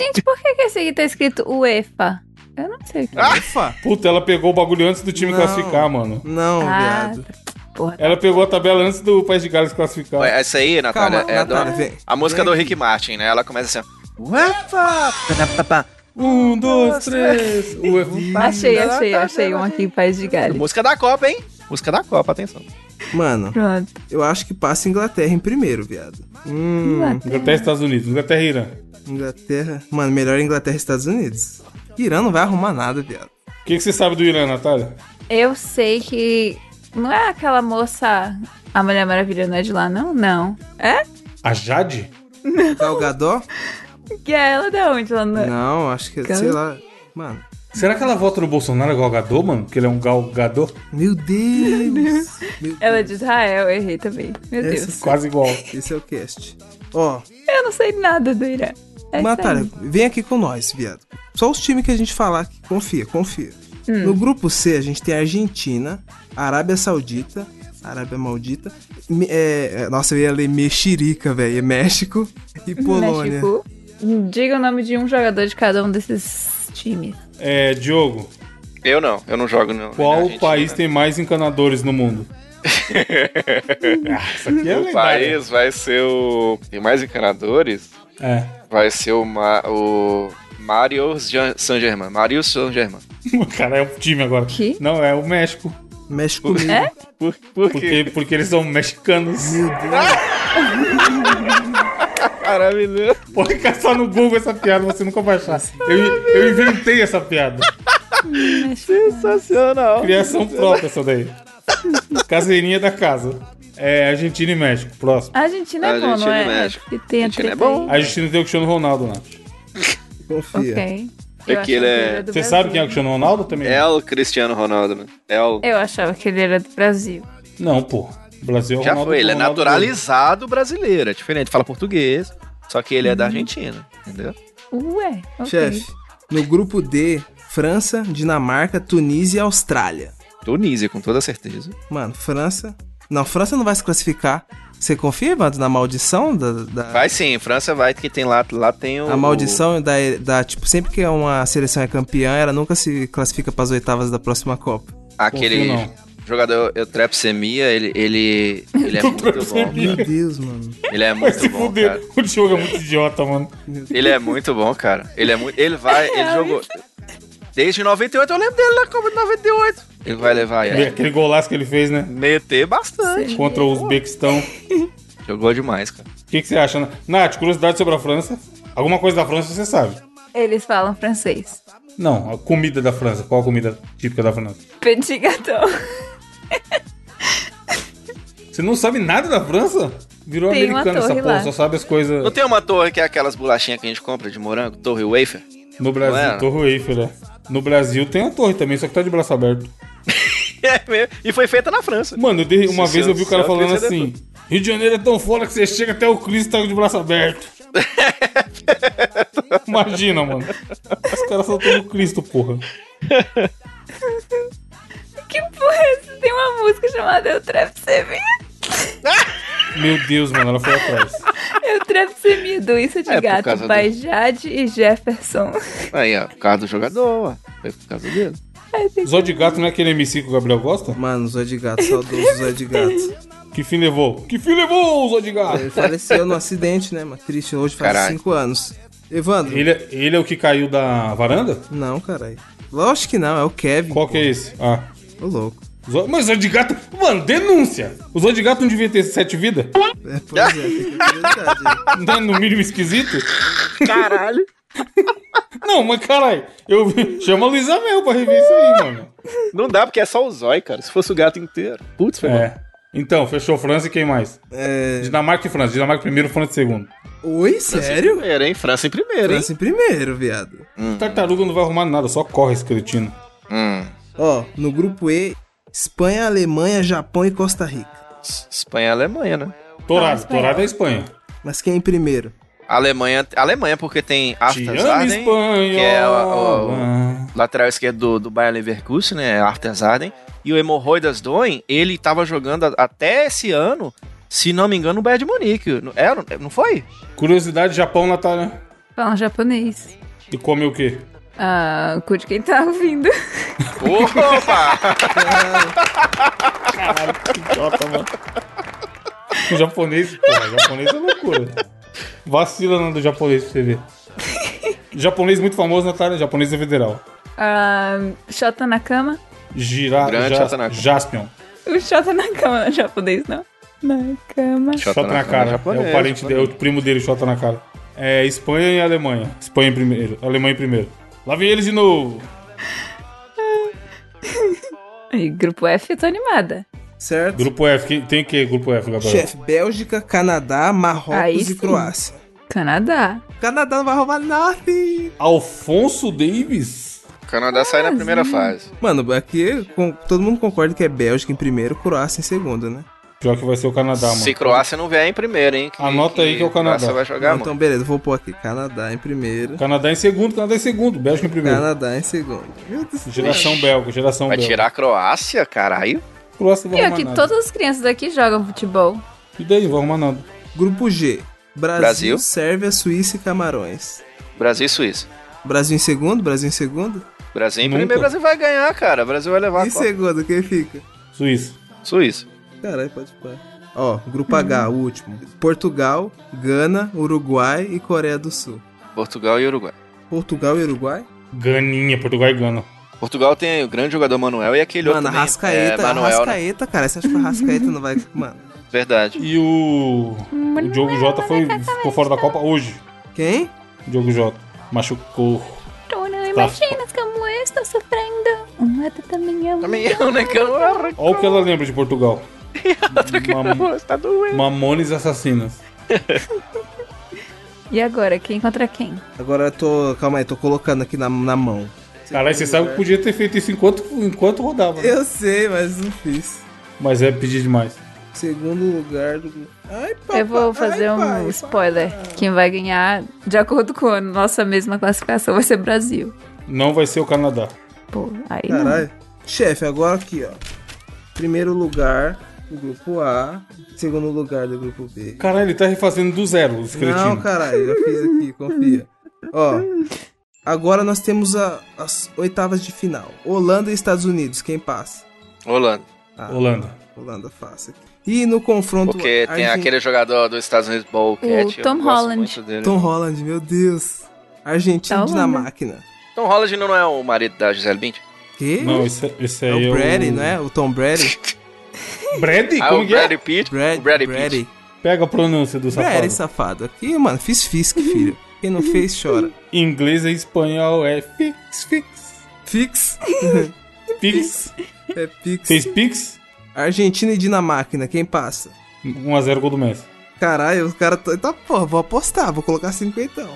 C: Gente, por que, que esse aqui tá escrito UEFA? Eu não sei o
B: é?
C: que. Ah,
D: Ufa!
A: Puta, ela pegou o bagulho antes do time
D: Não.
A: classificar, mano.
D: Não,
C: Ah.
D: viado.
C: é. tá. porra.
A: Ela pegou a tabela antes do País de Gales classificar.
B: Ué, Essa aí, Natália,
D: Calma,
B: é
D: Natália,
B: do-
D: vem.
B: a música do Rick Martin, né? Ela começa assim, ó.
A: Um, dois, três. Ué,
C: tá. Achei, achei,
B: tá
C: achei um aqui em País de Gales.
B: Música da Copa, hein? Música da Copa, atenção.
D: Mano,
C: Pronto.
D: eu acho que passa a Inglaterra em primeiro, viado. Hum,
A: Inglaterra e Estados Unidos. Inglaterra e Irã.
D: Inglaterra... Mano, melhor Inglaterra e Estados Unidos. Irã não vai arrumar nada, viado.
A: O que, que você sabe do Irã, Natália?
C: Eu sei que Não é aquela moça. A Mulher Maravilha não é de lá, não? Não. É?
A: A Jade?
D: Galgador?
C: Que é ela de onde? Ela não...
D: Não, acho que,
C: Gal-
D: sei lá. Mano,
A: Será que ela vota no Bolsonaro galgador, mano? Porque ele é um galgador?
D: meu Deus. Meu
C: Ela é de Israel, eu errei também. Meu
D: Essa-
C: Deus.
A: Quase igual.
D: Esse é o cast. Ó,
C: Eu não sei nada do Irã. É
D: Batalha,
C: isso
D: vem aqui com nós, viado. Só os times que a gente falar aqui. Confia, confia.
C: Hum.
D: No grupo C, a gente tem Argentina, Arábia Saudita, Arábia Maldita. Me- é, é, nossa, eu ia ler Mexerica, velho. É México e
C: aí.
D: Polônia.
C: México. Diga o nome de um jogador de cada um desses times.
A: É, Diogo,
B: Eu não, eu não jogo não.
A: qual
B: Argentina.
A: país tem mais encanadores no mundo? ah, isso aqui é
B: O
A: lendário.
B: país vai ser o. Tem mais encanadores?
A: É.
B: Vai ser o, Ma... o Mario Jean- Saint-Germain. Mario Saint-Germain.
A: Cara, é o time agora.
C: Que?
A: Não, é o México.
D: México mesmo.
C: É?
B: Por, por quê?
A: Porque, porque eles são mexicanos.
B: Maravilhoso.
A: Pode caçar no Google essa piada, você nunca vai achar. Eu, eu inventei essa piada.
B: Sensacional.
A: Criação própria essa daí. Caseirinha da casa. É Argentina e México, próximo.
C: A Argentina é bom, não
B: Argentina e
C: é?
B: México.
C: Que tem a
B: Argentina é
C: treta
B: bom.
A: A Argentina tem o Cristiano Ronaldo, né?
D: Confia.
C: aí. Ok.
B: É
C: Eu
B: que
C: achava
B: ele é-
C: era do
A: Você
C: Brasil.
A: sabe quem é o Cristiano Ronaldo também?
B: É o Cristiano Ronaldo, mano. É o...
C: Eu achava que ele era do Brasil.
A: Não, pô. O Brasil é o
B: Já
A: Ronaldo.
B: foi, ele é
A: Ronaldo
B: naturalizado brasileiro. É diferente, fala português. Só que ele
A: Uhum.
B: é da Argentina, entendeu?
C: Ué, ok.
D: Chefe, no grupo D, França, Dinamarca, Tunísia e Austrália.
B: Tunísia, com toda certeza.
D: Mano, França. Não, França não vai se classificar. Você confia, Evandro, na maldição da. da-
B: Vai sim, França vai, que tem lá, lá tem o.
D: A maldição da, da. Tipo, sempre que uma seleção é campeã, ela nunca se classifica para as oitavas da próxima Copa.
B: Aquele
A: Confio, não.
B: jogador eutrepsemia, ele, ele, ele é muito bom.
A: Eutrepsemia.
D: Meu
B: Cara.
D: Deus, mano.
B: Ele é
A: Vai se
B: muito bom,
A: fuder.
B: cara.
A: O Diogo é muito idiota, mano.
B: Ele é muito bom, cara. Ele é muito. Ele vai. Ele jogou. Desde 98, eu lembro dele né? na Copa de 98. Ele vai levar aí.
A: Aquele golaço que ele fez, né?
B: Meter bastante.
A: Contra o Uzbequistão. O
B: Jogou demais, cara.
A: que, que você acha? Nath? Nath, curiosidade sobre a França. Alguma coisa da França você sabe.
C: Eles falam francês.
A: Não, a comida da França. Qual a comida típica da França?
C: Petit gâteau.
A: Você não sabe nada da França? Virou
C: Tem uma
A: americano essa
C: torre
A: porra,
C: lá.
A: só sabe as coisas
B: Não tem uma torre que é aquelas bolachinhas que a gente compra de morango? Torre wafer?
A: no
B: Não é?
A: Brasil. Torre Eiffel, né? No Brasil tem a torre também, só que tá de braço aberto.
B: É mesmo. E foi feita na França.
A: Mano, eu dei- uma
B: Se
A: vez
B: seu-
A: eu vi o cara
B: seu
A: falando
B: Cristo é
A: assim: Rio de Janeiro é tão foda que você chega até o Cristo e tá de braço aberto. Imagina, mano. Os caras só estão no Cristo, porra.
C: Que porra é essa? Tem uma música chamada Eu Trapsemia.
A: Meu Deus, mano, ela foi atrás.
C: Eu Trapsemia do Isso de
B: É, por
C: Gato,
B: causa
C: by Jade e Jefferson.
B: Aí, ó, por causa do jogador, ó. Foi por causa dele.
A: Zó de gato não é aquele MC que o Gabriel gosta?
D: Mano, Zé de Gato, saudoso Zé de Gato.
A: Que fim levou? Que fim levou, Zó de gato?
D: Ele faleceu no acidente, né, mano? Triste, hoje faz
B: Caralho.
D: 5 anos. Evandro?
A: Ele, é- ele é o que caiu da varanda?
D: Não, caralho. Lógico que não, é o Kevin.
A: Qual que é esse? Ah.
D: Ô, louco.
A: Zo- Mas o Zó de Gato. Mano, denúncia! O Zó de Gato não devia ter sete vidas?
D: É, pois é, fica a curiosidade. aí.
A: Não é no mínimo esquisito?
B: Caralho.
A: Não, mas caralho, eu chama a Luísa Mel pra rever isso aí, mano.
B: Não dá, porque é só o zóio, cara. Se fosse o gato inteiro. Putz, foi mal.
A: É. Então, fechou França e quem mais?
D: É...
A: Dinamarca e França. Dinamarca primeiro, França segundo.
D: Oi,
B: Em
D: sério?
B: primeiro, hein? França em primeiro, hein?
D: França em primeiro, viado.
A: Tartaruga não vai arrumar nada, só corre esse cretino.
B: Hum.
D: Ó, no grupo E, Espanha, Alemanha, Japão e Costa Rica.
B: S- Espanha e Alemanha, né?
A: Torado, Torado é Espanha.
D: Mas quem é em primeiro?
B: Alemanha, Alemanha porque tem
A: Te
B: Arthur
A: amo,
B: Zarden,
A: Espanha.
B: que é o, o lateral esquerdo do, do Bayern Leverkusen, né? Arthur Zarden. E o Hemorroidas Doen, ele tava jogando a- até esse ano, se não me engano, no Bayern de Munique. Não- Era, não foi?
A: Curiosidade, Japão, Natália.
C: Falam japonês.
A: E come o quê?
C: Ah, o cu de quem tá ouvindo.
B: Opa!
A: O japonês, porra, o japonês é loucura. Vacila no do japonês pra você ver. Japonês muito famoso, Natália. Japonês é federal.
C: Ah, Xota na cama.
A: Gira,
B: Grande
A: ja,
B: Shotanaka.
A: Jaspion.
C: O Xota na cama não é japonês, não. Na cama.
A: Shota na
B: Shotanaka
A: cara.
B: é
A: É,
B: japonês,
A: o parente
B: japonês.
A: dele, é o primo dele, Shota na cara. É Espanha e Alemanha. Espanha em primeiro, Alemanha em primeiro. Lá vem eles de novo.
C: E grupo F, eu tô animada.
D: certo?
A: Grupo F, que- tem o que grupo F, Gabriel?
D: Chefe, Bélgica, Canadá, Marrocos
C: Aí
D: e
C: sim.
D: Croácia.
C: Canadá.
D: Canadá não vai roubar nada. hein?
A: Alfonso Davis?
B: O Canadá sai na primeira fase.
D: Mano, aqui com- todo mundo concorda que é Bélgica em primeiro, Croácia em segundo, né?
A: Pior que vai ser o Canadá, mano.
B: Se Croácia não vier em primeiro, hein?
A: Tá Anota aí que é o Canadá.
B: Croácia vai jogar,
D: então,
B: mano.
D: beleza, vou pôr aqui. Canadá em primeiro,
A: Canadá em segundo, Canadá em segundo, Bélgica em primeiro.
D: Canadá em segundo. Meu Deus.
A: Geração belga, geração
B: Vai
A: belga.
B: tirar a Croácia, caralho?
A: Croácia não
C: E
A: vai
C: aqui,
A: arrumar nada.
C: todas as crianças daqui jogam futebol.
A: E daí, não vai arrumar nada.
D: Grupo G. Brasil,
B: Brasil.
D: Sérvia, Suíça e Camarões.
B: Brasil e Suíça.
D: Brasil em segundo, Brasil em segundo.
B: Brasil em
A: Nunca.
B: primeiro, Brasil vai ganhar, cara. Brasil vai levar
D: em
B: a Copa.
D: segundo, quem fica?
A: Suíça.
B: Suíça.
D: Caralho, pode parar. Ó, grupo H, o último. Portugal, Gana, Uruguai e Coreia do Sul.
B: Portugal e Uruguai.
D: Portugal e Uruguai?
A: Ganinha, Portugal e Gana.
B: Portugal tem o grande jogador Manuel e aquele
D: Mano,
B: outro. também.
D: Rascaeta,
B: É, Manuel, né?
D: Rascaeta, cara. Você acha que o Rascaeta não vai. Mano.
B: Verdade.
A: E o. O Diogo Jota foi, ficou fora da Copa hoje.
D: Quem?
A: O Diogo Jota. Machucou.
C: Tu
B: Tá.
C: não
A: imaginas
C: né? como eu estou sofrendo. Uma também é
B: Também eu, né? Que eu não
A: Olha o que ela lembra de Portugal. Mam-
B: Tá doendo.
A: Mamones assassinas.
C: E agora, quem contra quem?
D: Agora eu tô. Calma aí, tô colocando aqui na, na mão.
A: Caralho, você
D: né?
A: sabe que podia ter feito isso enquanto, enquanto rodava. né?
D: Eu sei, mas não fiz.
A: Mas é pedir demais.
D: Segundo lugar do. Ai, papai,
C: Eu vou fazer
D: ai,
C: um
D: pai,
C: spoiler. Quem vai ganhar, de acordo com a nossa mesma classificação, vai ser Brasil.
A: Não vai ser o Canadá.
C: Pô, aí não.
D: Caralho. Chefe, agora aqui, ó. Primeiro lugar do grupo A. Segundo lugar do grupo B.
A: Caralho, ele tá refazendo do zero os cretinos.
D: Não, caralho, já fiz aqui, confia. Ó. Agora nós temos a- as oitavas de final. Holanda e Estados Unidos, quem passa?
B: Holanda.
D: Ah,
A: Holanda.
D: Holanda fácil aqui. E no confronto.
B: Porque tem
D: Argen-
B: aquele jogador dos Estados Unidos, Bowcat.
C: O Tom
B: eu gosto
C: Holland.
B: muito dele.
D: Tom Holland, meu Deus. Argentina
C: Tá,
D: e
C: Holanda.
D: Dinamáquina.
B: Tom Holland não é o marido da Gisele Bündchen?
D: Que?
A: Não, esse, esse
D: é
A: aí é,
D: o Brady, não é? O Tom Brady?
A: Brady?
B: Ah,
A: Como
B: o
A: que é?
B: Brad Pitt.
D: Brad,
B: o Brad Pitt.
D: Brady.
A: Pega a pronúncia do safado.
D: Brady, safado. Aqui, mano, fiz Fisk, filho. Quem não fez, chora.
A: Inglês e espanhol é fix, fix,
D: Fix.
A: fix.
D: É Pix.
A: Fez pix?
D: Argentina e Dinamáquina, quem passa?
A: 1x0 gol do Messi.
D: Caralho, os caras. Tá, tá, porra, vou apostar, vou colocar cinquentão.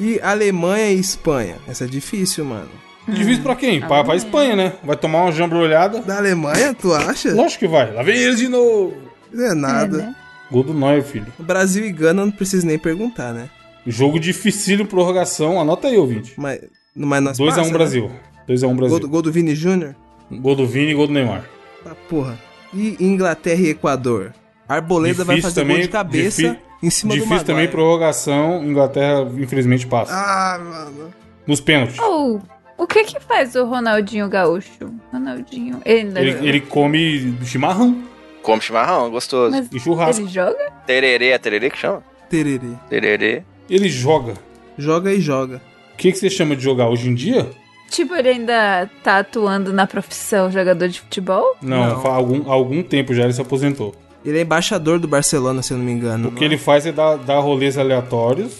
D: E Alemanha e Espanha. Essa é difícil, mano.
A: Difícil pra quem? Pra, pra Espanha, né? Vai tomar uma jambrolhada?
D: Da Alemanha, tu acha?
A: Lógico que vai. Lá vem eles de novo.
D: Não é nada.
C: É, né?
A: Gol do Neuer, filho.
D: Brasil e Gana, não precisa nem perguntar, né?
A: Jogo dificílio, prorrogação. Anota aí, ouvinte.
D: Mas, mas nós
A: 2x1
D: passa, né?
A: Brasil. 2x1
D: Gol
A: Brasil.
D: do, gol do Vini Júnior?
A: Gol do Vini e gol do Neymar.
D: Tá porra. E Inglaterra e Equador? Arboleda vai
A: Difícil
D: fazer gol
A: também,
D: de cabeça
A: difí-
D: em cima do
A: Difícil
D: Maguire.
A: também, prorrogação. Inglaterra, infelizmente, passa.
D: Ah, mano.
A: Nos pênaltis.
C: Ou, o que que faz o Ronaldinho Gaúcho? Ronaldinho, ele ainda
A: Ele, ele come chimarrão
B: Come chimarrão, Ah, gostoso.
C: Mas
A: e churrasco.
C: ele joga?
B: Tererê, é tererê que chama?
D: Tererê.
B: Tererê.
A: Ele joga.
D: Joga e joga.
A: O que, que você chama de jogar hoje em dia?
C: Tipo, ele ainda tá atuando na profissão jogador de futebol?
A: Não,
D: Não.
A: fa- algum, algum tempo já ele se aposentou.
D: Ele é embaixador do Barcelona, se eu não me engano.
A: O que ele faz é dar, dar rolês aleatórios.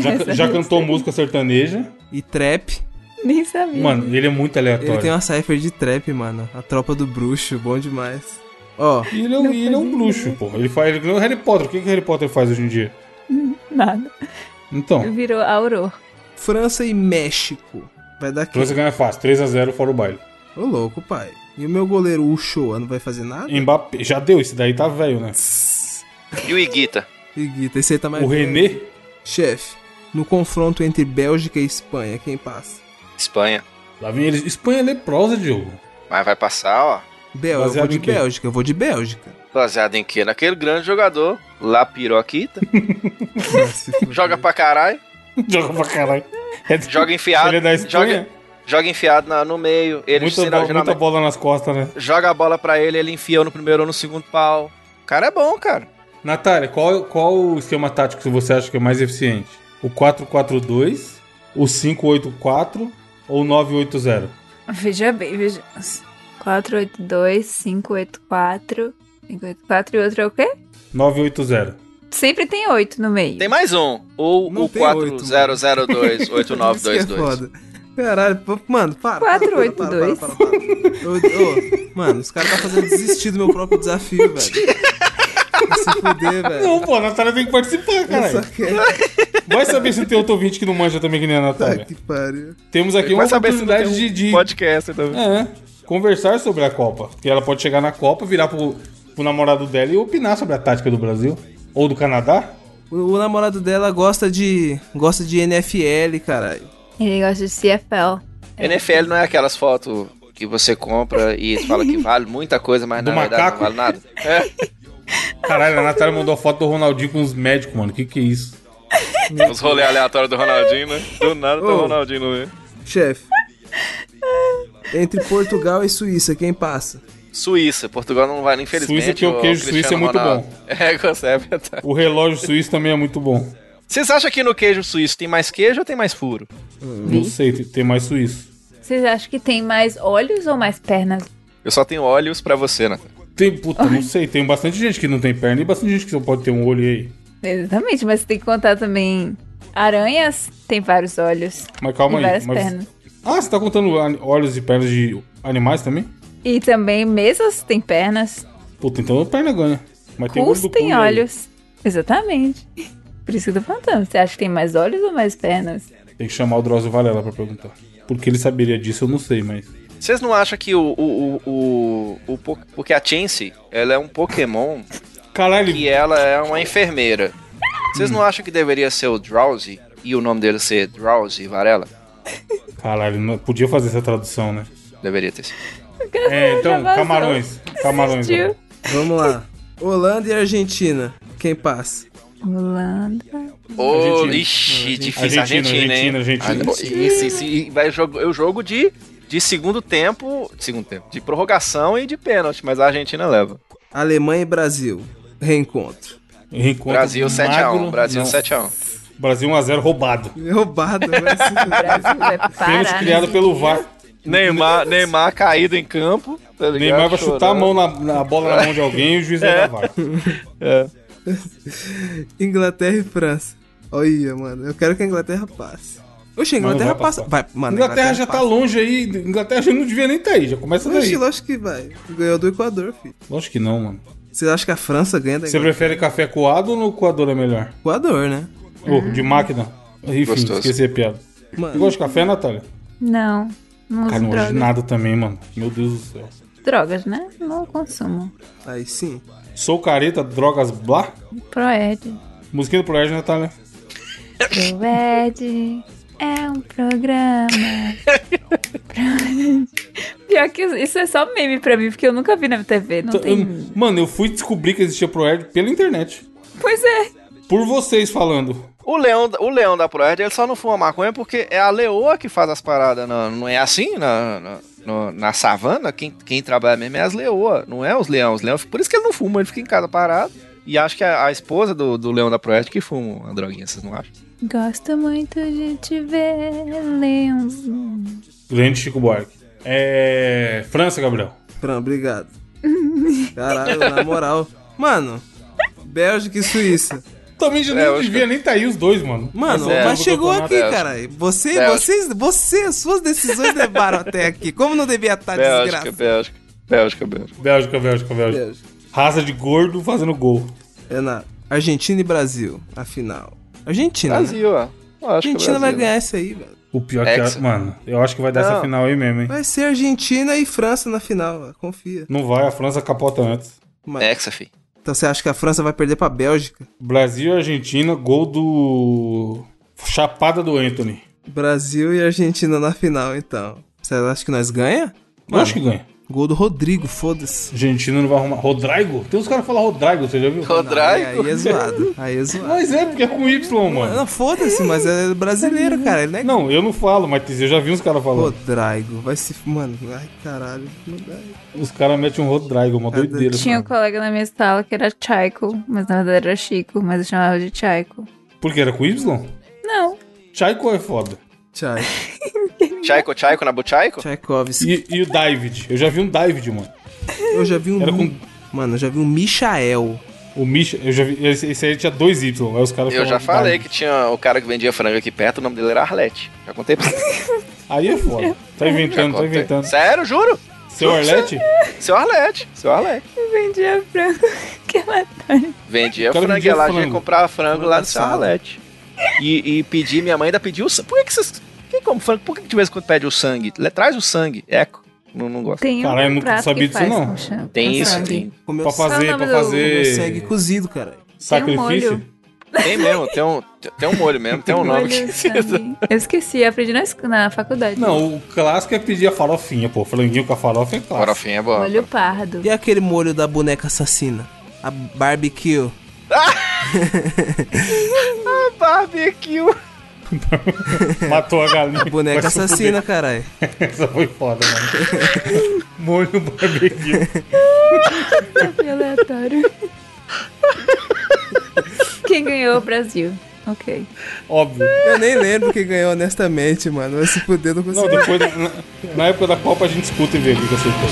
A: já, já cantou música sertaneja.
D: E trap.
C: Nem sabia.
A: Mano, ele é muito aleatório.
D: Ele tem uma cipher de trap, mano. A tropa do bruxo, bom demais. Ó,
A: E ele é, um- ele é um bruxo, pô. Ele faz. Ele é o Harry Potter. O que, que Harry Potter faz hoje em dia?
C: Nada.
A: Então,
C: Virou Auror.
D: França e México. Vai dar quem?
A: França ganha é fácil. 3x0 fora o baile.
D: Ô louco, pai. E o meu goleiro Uchoa não vai fazer nada?
A: Mbappé. Já deu, esse daí tá velho, né?
B: E o Iguita?
D: E Guita, esse aí tá mais.
A: O
D: velho.
A: René.
D: Chefe, no confronto entre Bélgica e Espanha, quem passa?
B: Espanha.
A: Lá vem eles. Espanha é leprosa, Diogo.
B: Mas vai passar, ó.
D: Bélgica, eu
A: Baseado
D: vou de
A: em quê?
D: Bélgica, eu vou de Bélgica.
B: Baseado em quê? Naquele grande jogador, lá Piroquita.
D: Nossa, se
B: joga
D: fuder.
B: pra caralho.
A: Joga pra caralho. É-
B: Joga enfiado.
A: Ele é da Espanha.
B: joga, joga enfiado na- no meio. Ele
A: muita,
B: sinal,
A: bo- muita
B: geralmente,
A: bola nas costas, né?
B: joga a bola pra ele, ele enfia ou no primeiro ou no segundo pau. O cara é bom, cara.
A: Natália, qual, qual o esquema tático que você acha que é mais eficiente? O 4-4-2, o 5-8-4 ou o 9-8-0?
C: Veja bem, vejamos. 482, 584, 584 e outro é o quê?
A: 9-8-0.
C: Sempre tem 8 no meio.
B: Tem mais um. Ou
D: Não
B: o
D: tem oito, é mano.
B: 40028922.
D: Isso que é foda. Caralho, pô, mano, para. para, para, para,
C: 482.
D: para, para, para. Ô, ô, Mano, os caras tá fazendo desistir do meu próprio desafio, velho. Vai se fuder, velho.
A: Não, pô, a Natália tem que participar,
D: Eu só
A: cara.
D: quero.
A: Vai saber se tem outro ouvinte que não manja também que nem a
D: Tá
A: Natália.
D: que pariu.
A: Temos aqui uma
B: Vai saber se não
A: oportunidade
B: tem
A: de,
B: um
A: de-
B: podcast também.
A: é, conversar sobre a Copa. Porque ela pode chegar na Copa, virar pro, pro namorado dela e opinar sobre a tática do Brasil. Ou do Canadá.
D: O, o namorado dela gosta de. gosta de NFL, caralho.
C: Ele gosta de CFL.
B: NFL não é aquelas fotos que você compra e fala que vale muita coisa, mas
A: Do
B: na verdade
A: macaco?
B: não vale nada. É,
A: Caralho, a Natália mandou a foto do Ronaldinho com os médicos, mano. Que que é isso?
B: os rolês aleatórios do Ronaldinho, né? Do nada tá
D: Ô.
B: o Ronaldinho no meio.
D: Chefe. Entre Portugal e Suíça, quem passa?
B: Suíça, Portugal não vai nem infelizmente.
A: Suíça, que o queijo
B: Cristiano
A: suíço é muito
B: Ronaldo. É, consegue tá.
A: O relógio suíço também é muito bom.
B: Vocês acham que no queijo suíço tem mais queijo ou tem mais furo?
A: Não sei, tem- tem mais suíço.
C: Vocês acham que tem mais olhos ou mais pernas?
B: Eu só tenho olhos pra você, né?
A: Tem, puta, não sei. Tem bastante gente que não tem perna e bastante gente que só pode ter um olho aí.
C: Exatamente, mas tem que contar também. Aranhas tem vários olhos
A: Mas calma aí.
C: e várias
A: mas-
C: pernas.
A: Ah, você tá contando an- olhos e pernas de animais também?
C: E também mesas tem pernas,
A: Puta, então a perna ganha. Mas tem olho
C: cus
A: do
C: tem
A: cu, né?
C: olhos. Exatamente. Por isso que eu tô perguntando. Você acha que tem mais olhos ou mais pernas?
A: Tem que chamar o Drauzio Varela pra perguntar. Porque ele saberia disso, eu não sei, mas.
B: Vocês não acham que o. o, o, o, o po- porque a Chance, ela é um Pokémon
A: Caralho,
B: e ela é uma enfermeira. Vocês não acham que deveria ser o Drowsy e o nome dele ser Drowsy Varela?
A: caralho, não podia fazer essa tradução, né?
B: Deveria ter sido.
A: É,
C: Já
A: então,
C: vazou.
A: camarões. Camarões.
C: Existiu.
A: agora.
D: Vamos lá. Holanda e Argentina, quem passa?
C: Holanda.
B: Ô,
A: Argentina.
B: ixi,
A: Argentina,
B: difícil. Argentina, hein?
A: Argentina, Argentina.
B: Argentina. Isso, isso. E vai jogo, eu jogo de, de segundo tempo. de Segundo tempo. De prorrogação e de pênalti, mas a Argentina leva.
D: Alemanha e Brasil, reencontro.
A: Reencontro
B: Brasil 7x1.
A: magro-
B: Brasil
A: não.
B: 7x1.
A: Brasil 1x0 roubado.
D: É Roubado, né? vai se
C: O Brasil vai
A: Pênalti
C: parar.
A: criado
C: nesse
A: pelo
C: dia.
A: VAR.
B: Neymar, Neymar caído em campo. Tá ligado?
A: Neymar vai
B: Chorando.
A: chutar a mão na, na bola na mão de alguém e o juiz vai dar VAR.
D: Inglaterra e França. Olha, mano, eu quero que a Inglaterra passe. Oxe, a
A: Mas não
D: Inglaterra
A: vai
D: passa.
A: passar.
D: Vai, mano, a
A: Inglaterra já tá
D: passa.
A: longe aí. Inglaterra já não devia nem tá aí. Já começa
D: Oxe,
A: daí.
D: lógico que vai. Ganhou do Equador, filho.
A: Lógico que não, mano.
D: Você acha que a França ganha da
A: Você
D: Inglaterra?
A: prefere café coado ou no coador é melhor?
D: Equador, né?
A: Ou
C: Uhum.
A: de máquina? Enfim,
B: Gostoso.
A: esqueci a piada. Você
D: Mano,
A: gosta de café, Natália?
C: Não. Não
A: Cara,
C: uso
A: não gosto de
C: drogas.
A: nada também, mano. Meu Deus do céu.
C: Drogas, né? Não consumo.
D: aí sim.
A: Sou careta, drogas, blá.
C: Proed.
A: Musiquinha do Proerd, Natália.
C: Proed é um programa. Proed. Pior que isso é só meme pra mim, porque eu nunca vi na TV. Não
A: T- eu-
C: tem.
A: mano, eu fui descobrir que existia Proerd pela internet.
C: Pois é.
A: Por vocês falando.
B: O leão, o leão da Proerd, ele só não fuma maconha porque é a leoa que faz as paradas. Não, não é assim na, na, no- na savana? Quem, quem trabalha mesmo é as leoas, não é os leões. Os leões por isso que ele não fuma, ele fica em casa parado. E acho que a, a esposa do, do leão da Proerd que fuma a droguinha, vocês não acham?
C: Gosto muito de te ver, Leon.
A: Grande Chico Buarque. É. França, Gabriel.
D: Fran, obrigado. Caralho, na moral. Mano, Bélgica e Suíça.
A: Também já
B: É, eu
A: não
B: acho
A: devia nem tá aí os dois, mano.
D: Mano,
B: Mas é,
D: mas
A: do
D: chegou
A: campeonato
D: aqui,
B: é-
D: caralho. Você,
B: Bélgica.
D: vocês, você, suas decisões levaram até aqui. Como não devia estar
B: Bélgica,
D: desgraça?
B: Bélgica, Bélgica, Bélgica.
A: Bélgica, Bélgica, Bélgica.
D: Bélgica.
A: Raça de gordo fazendo gol.
D: É nada. Argentina e Brasil, a final. Argentina. né?
B: Brasil, ó. Eu acho que é
D: Argentina vai
B: Brasil.
D: ganhar isso aí, velho.
A: O pior que.
B: Hexa.
A: é- Mano, eu acho que vai dar essa
B: Não.
A: final aí mesmo, hein?
D: Vai ser Argentina e França na final, velho. confia.
A: Não vai, a França capota antes.
D: Mas-
B: Hexa, fi.
D: Então você acha que a França vai perder pra Bélgica?
A: Brasil e Argentina, gol do. Chapada do Anthony.
D: Brasil e Argentina na final, então. Você acha que nós ganha?
A: Eu acho que ganha.
D: Gol do Rodrigo, foda-se.
A: Argentina não vai arrumar. Rodrigo? Tem uns caras que falam Rodrigo, você já viu?
D: Aí,
B: Rodrigo.
D: aí é zoado. Aí é zoado.
A: Mas é, porque é com Y, mano.
D: Não, foda-se, mas é brasileiro, cara. Ele não é
A: Não, eu não falo, mas eu já vi uns caras falando.
D: Rodrigo. Vai se. Mano, ai caralho. Não dá.
A: Os caras metem um Rodrigo,
B: É,
A: uma
D: Cadê?
A: doideira.
C: Tinha um
A: mano.
C: colega na minha sala que era Chaico, mas na verdade era Chico, mas eu chamava de Chaico.
A: Por que era com Y?
C: Não.
A: Chaiko é foda.
D: Tchai.
B: Tchaico, Tchaico, Nabuchaico?
D: Tchaikovsky.
A: E, e o David? Eu já vi um David, mano.
D: Eu já vi um.
A: Era com-
D: Mano, eu já vi um Michael.
A: O Misha, eu já vi. Esse, esse aí tinha dois Y. Aí os caras
B: Eu
A: falavam
B: já
A: David.
B: falei que tinha o cara que vendia frango aqui perto, o nome dele era Arlete. Já contei pra você.
A: Aí é foda. Tá
B: Já
A: inventando, tá
B: contei. é
A: inventando.
B: Sério, juro?
A: Seu Arlete?
B: Seu Arlete, seu Arlete.
C: Eu vendi a frango que ela tá.
B: Vendia
A: O cara
B: frango,
A: vendia
B: ia lá, ia
A: frango.
B: comprar frango lá no seu
D: Engraçado.
B: Arlete. E, e pedi, minha mãe ainda pediu o sangue. Por que que vocês... Quem come frango, por que que de vez em quando pede o sangue? Le- Traz o sangue, eco. Não, não gosto.
C: Tem
A: Caralho, eu
C: um
A: nunca
C: prato
A: sabia
C: que
A: disso,
C: faz
A: não.
C: com cham-
B: Tem
C: com
B: isso,
C: sangue.
B: tem.
D: Comeu
A: Pra fazer,
C: Qual o
A: pra
C: nome do-
D: comeu sangue
A: fazer
D: cozido, cara.
C: um
A: sacrifício?
B: Tem mesmo, tem um, tem um molho mesmo,
A: É
B: tem um nome.
C: Olha,
B: que-
C: sangue. Eu esqueci, aprendi na, esc- na faculdade.
A: Não, o clássico é pedir a farofinha, pô. Franguinho com a farofa é clássico.
B: Farofinha é boa.
C: Olho pardo.
D: E aquele molho da boneca assassina? A barbecue.
B: Barbecue.
A: Matou a galinha.
D: Boneca
A: Vai se
D: assassina, caralho.
A: fuder. Essa foi foda, mano. Molho barbecue.
C: Que aleatório. Quem ganhou o Brasil? Ok.
A: Óbvio.
D: Eu nem lembro quem ganhou, honestamente, mano. Mas se fuder, eu não
A: Não,
D: consigo.
A: depois, na, na época da Copa, a gente escuta e vê o que que acertou.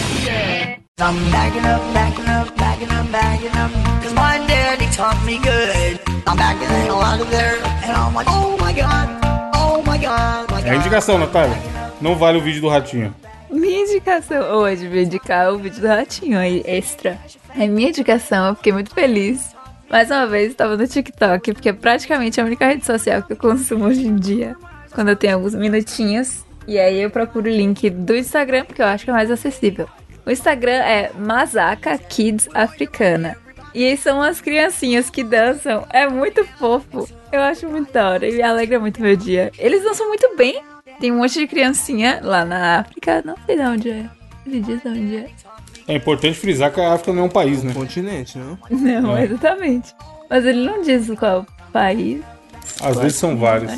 G: I'm backing up, backing up, backing up, backing up. Cause my daddy taught me good. I'm backing the hell out of there. And I'm like, oh my god, oh my god, my
A: É a
G: god.
A: indicação, Natália. Não vale o vídeo do ratinho.
C: Minha indicação hoje, vou indicar o vídeo do Ratinho aí, extra. É minha indicação, eu fiquei muito feliz. Mais uma vez, estava no TikTok, porque é praticamente a única rede social que eu consumo hoje em dia, quando eu tenho alguns minutinhos. E aí eu procuro o link do Instagram, porque eu acho que é mais acessível. O Instagram é Masaka Kids Africana. E aí são umas criancinhas que dançam. É muito fofo. Eu acho muito da hora e me alegra muito meu dia. Eles dançam muito bem. Tem um monte de criancinha lá na África. Não sei de onde é. Me diz de onde é.
A: É importante frisar que a África não é um país, né?
D: Continente, não?
C: Não,
A: É.
C: exatamente. Mas ele não diz qual país.
A: Às vezes são vários.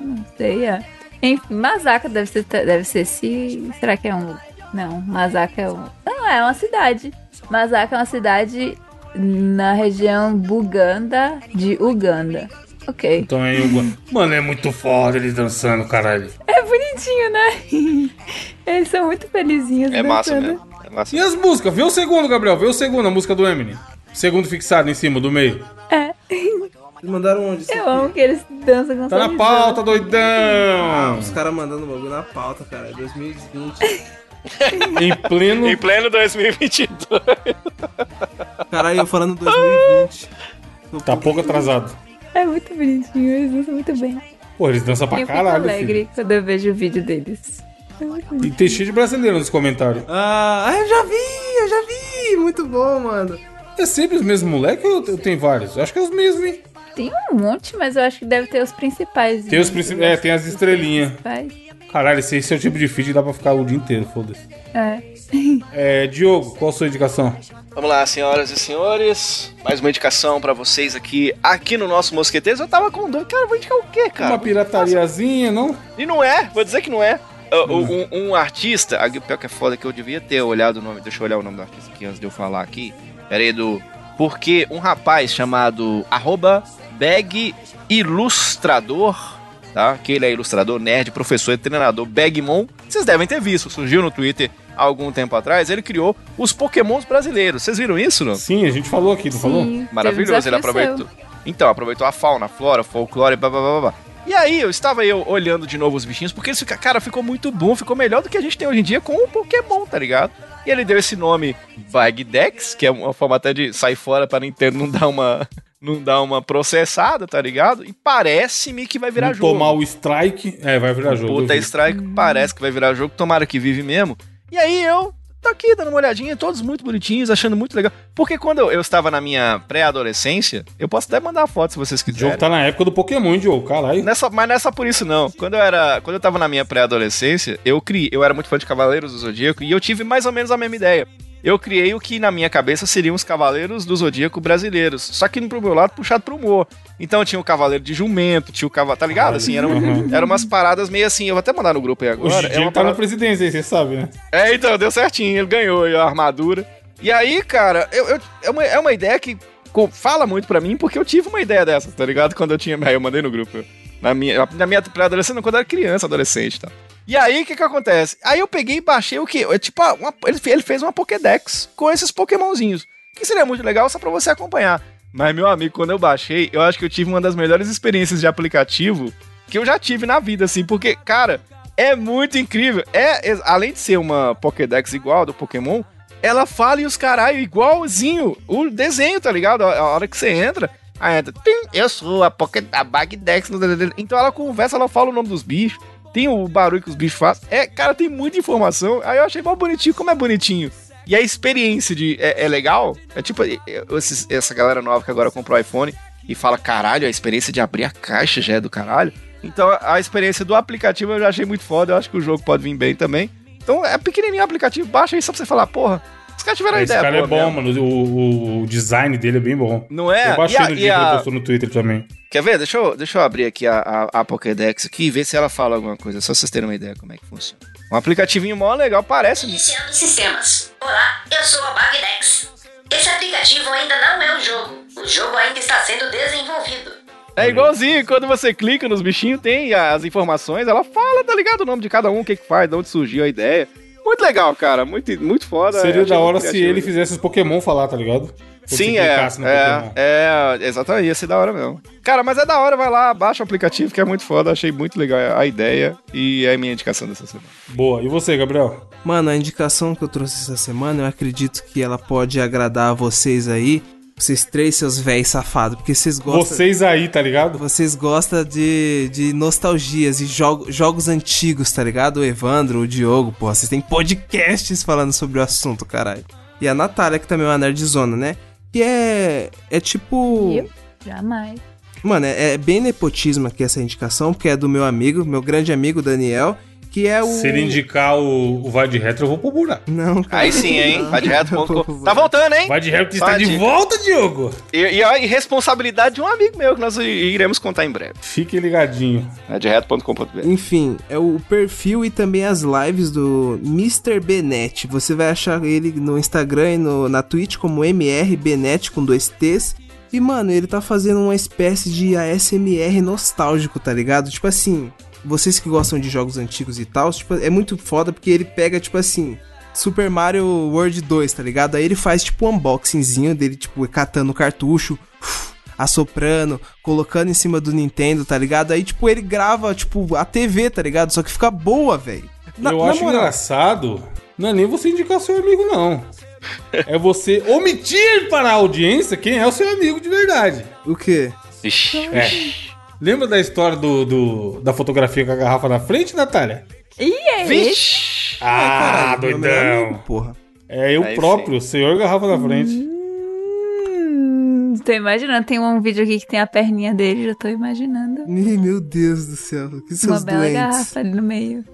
C: Não sei, é. Enfim, Masaka deve ser, deve ser se. Será que é um. Não, Masaka é um. Não, é uma cidade. Masaka é uma cidade na região Buganda de Uganda. Ok.
A: Então é Ugan- Mano, é muito foda eles dançando, caralho.
C: É bonitinho, né? Eles são muito felizinhos.
B: É massa
C: dançando.
B: mesmo. É massa.
A: E as músicas? Vê o segundo, Gabriel. Vê o segundo, a música do Eminem. Segundo fixado em cima, do meio.
C: É.
D: Eles mandaram onde? isso
C: Eu
D: aqui?
C: amo É que eles dançam com
A: Tá na
C: sorrisão.
A: pauta, doidão!
D: Os caras mandando bagulho na pauta, cara. 2020.
A: Em pleno...
B: Em pleno 2022.
D: Caralho, eu falando 2020.
A: Tá pouco atrasado.
C: É muito bonitinho, eles dançam muito bem.
A: Pô, eles dançam pra
C: eu fico
A: caralho,
C: alegre quando eu vejo o vídeo deles. É muito
A: filho.
C: bonito.
A: E tem cheio de brasileiro nos comentários.
D: Ah, eu já vi, eu já vi. Muito bom, mano.
A: É sempre os mesmos moleques ou eu tenho vários? Acho que é os mesmos, hein?
C: Tem um monte, mas eu acho que deve ter os principais. né?
A: Tem os principais... É, tem as estrelinhas.
C: principais.
A: Caralho, esse, esse é o tipo de feed que dá pra ficar o dia inteiro, foda-se.
C: É.
A: É, Diogo, qual a sua indicação?
B: Vamos lá, senhoras e senhores. Mais uma indicação pra vocês aqui, aqui no nosso Mosqueteiros. Eu tava com dúvida, cara, vou indicar o quê, cara?
A: Uma piratariazinha, não?
B: E não é, vou dizer que não é. Uh, Um, um artista, ah, o pior que é foda que eu devia ter olhado o nome, deixa eu olhar o nome do artista aqui antes de eu falar aqui. Pera aí, Edu. Porque um rapaz chamado arroba Bag Ilustrador, tá? Que ele é ilustrador, nerd, professor e treinador Bagmon. Vocês devem ter visto, surgiu no Twitter há algum tempo atrás. Ele criou os Pokémons brasileiros. Vocês viram isso, não?
A: Sim, a gente falou aqui, não falou?
C: Sim,
B: Maravilhoso,
C: teve
B: ele
C: um desafio
B: aproveitou. Então, aproveitou a fauna, a flora, o folclore, blá blá blá blá. E aí, eu estava eu olhando de novo os bichinhos, porque isso, cara, ficou muito bom, ficou melhor do que a gente tem hoje em dia com o Pokémon, tá ligado? E ele deu esse nome Bagdex, que é uma forma até de sair fora pra Nintendo não dar uma, não dar uma processada, tá ligado? E parece-me que vai virar
A: Não
B: jogo.
A: tomar o strike. É, vai virar jogo.
B: Hum, Puta
A: duvido.
B: Strike parece que vai virar jogo, tomara que vive mesmo. E aí eu tô aqui dando uma olhadinha, todos muito bonitinhos, achando muito legal. Porque quando eu, eu estava na minha pré-adolescência, eu posso até mandar foto se vocês
A: O jogo
B: quiserem.
A: tá na época do Pokémon, hein, Diogo, caralho.
B: Nessa, mas é não é só por isso, não. Quando eu era. Quando eu tava na minha pré-adolescência, eu criei. Eu era muito fã de Cavaleiros do Zodíaco e eu tive mais ou menos a mesma ideia. Eu criei o que na minha cabeça seriam os Cavaleiros do Zodíaco brasileiros. Só que pro meu lado puxado pro humor. Então tinha o Cavaleiro de Jumento, tinha o Cavaleiro. Tá ligado? Assim, eram,
A: Uhum.
B: eram umas paradas meio assim. Eu vou até mandar no grupo aí agora.
A: Hoje em
B: é
A: dia
B: uma
A: ele tá na
B: parada-
A: presidência, aí, você sabe, né?
B: é, então, deu certinho. Ele ganhou aí a armadura. E aí, cara, eu, eu- é, uma, é uma ideia que co- fala muito pra mim, porque eu tive uma ideia dessa, tá ligado? Quando eu tinha. Aí eu mandei no grupo. eu- Na minha, na minha pré-adolescência, não, quando eu era criança, adolescente e tal. E aí, o que que acontece? Aí eu peguei e baixei o quê? É Tipo, uma- ele, fe- ele fez uma Pokédex com esses Pokémonzinhos. Que seria muito legal só pra você acompanhar. Mas, meu amigo, quando eu baixei, eu acho que eu tive uma das melhores experiências de aplicativo que eu já tive na vida, assim, porque, cara, é É muito incrível. É, é- além de ser uma Pokédex igual a do Pokémon, ela fala e os caralho igualzinho o desenho, tá ligado? A, a hora que você entra, aí entra, "Tim, eu sou a Poké a Bagdex. Então ela conversa, ela fala o nome dos bichos, tem o barulho que os bichos fazem. É, cara, tem muita informação. Aí eu achei mal bonitinho, como é bonitinho. E a experiência de é, é legal. É tipo é, é, esses- essa galera nova que agora comprou o iPhone e fala, caralho, a experiência de abrir a caixa já é do caralho. Então a experiência do aplicativo eu já achei muito foda, eu acho que o jogo pode vir bem também. Então é pequenininho o aplicativo, baixa aí só pra você falar, porra, os caras tiveram a
A: Esse
B: ideia
A: cara
B: boa
A: é bom,
B: mesmo.
A: mano. O, o- o design dele é bem bom.
B: Não é?
A: eu baixei
B: E a-
A: no
B: e
A: dia que
B: a-
A: ele postou no Twitter também.
B: Quer ver? Deixa eu, deixa eu abrir aqui a, a, a Pokédex aqui e ver se ela fala alguma coisa, só pra vocês terem uma ideia como é que funciona. Um aplicativinho mó legal, parece.
H: Iniciando sistemas. Olá, eu sou a Bagdex. Esse aplicativo ainda não é um jogo. O jogo ainda está sendo desenvolvido.
B: É igualzinho, quando você clica nos bichinhos, tem as informações, ela fala, tá ligado? O nome de cada um, o que que faz, de onde surgiu a ideia. Muito legal, cara, muito, muito foda. é,
A: Seria
B: achei
A: da
B: muito
A: hora se
B: criativo.
A: ele fizesse os Pokémon falar, tá ligado? Quando
B: Sim,
A: você
B: é.
A: clicasse no Pokémon.
B: É, é, exatamente, ia ser da hora mesmo. Cara, mas é da hora, vai lá, baixa o aplicativo que é muito foda, achei muito legal a ideia e é a minha indicação dessa semana.
A: Boa. E você, Gabriel?
D: Mano, a indicação que eu trouxe essa semana, eu acredito que ela pode agradar a vocês aí. Vocês três, seus véis safados, porque vocês gostam.
A: Vocês aí, tá ligado?
D: Vocês gostam de, de nostalgias e jogo- jogos antigos, tá ligado? O Evandro, o Diogo, porra, vocês têm podcasts falando sobre o assunto, caralho. E a Natália, que também é uma nerdzona, né? Que é. É tipo.
C: Eu? Jamais.
D: Mano, é, é bem nepotismo aqui essa indicação, porque é do meu amigo, meu grande amigo Daniel, que é o.
A: Se ele indicar o, o Vai de Retro, eu vou pro buraco.
D: Não, cara.
B: Aí sim, hein? Vai direto.
D: ponto-
B: Tá voltando, hein?
A: Vai de Retro está
B: Vai
A: de
B: de-
A: volta, Diogo!
B: E, e a irresponsabilidade de um amigo meu que nós i- iremos contar em breve.
A: Fique ligadinho.
B: É direto.com.br.
D: Enfim, é o perfil e também as lives do Mr. Benet. Você vai achar ele no Instagram e no, na Twitch como MR Benet com dois T's. E, mano, ele tá fazendo uma espécie de ASMR nostálgico, tá ligado? Tipo assim, vocês que gostam de jogos antigos e tal, tipo, é muito foda porque ele pega, tipo assim, Super Mario World 2, tá ligado? Aí ele faz, tipo, um unboxingzinho dele, tipo, catando o cartucho, assoprando, colocando em cima do Nintendo, tá ligado? Aí, tipo, ele grava, tipo, a TV, tá ligado? Só que fica boa, velho.
A: eu acho engraçado. Não é nem você indicar seu amigo, não. É você omitir para a audiência quem é o seu amigo de verdade.
D: O quê?
A: É. Lembra da história do, do- da fotografia com a garrafa na frente, Natália?
C: E é isso.
B: Vixe!
A: Ah,
D: Caralho, meu melhor amigo, porra.
A: É eu
B: Aí
A: próprio, senhor garrafa na frente.
C: Hum, tô imaginando. Tem um vídeo aqui que tem a perninha dele, já tô imaginando.
D: Ih, meu Deus do céu, que
C: Uma
D: seus
C: bela
D: doentes.
C: garrafa ali no meio.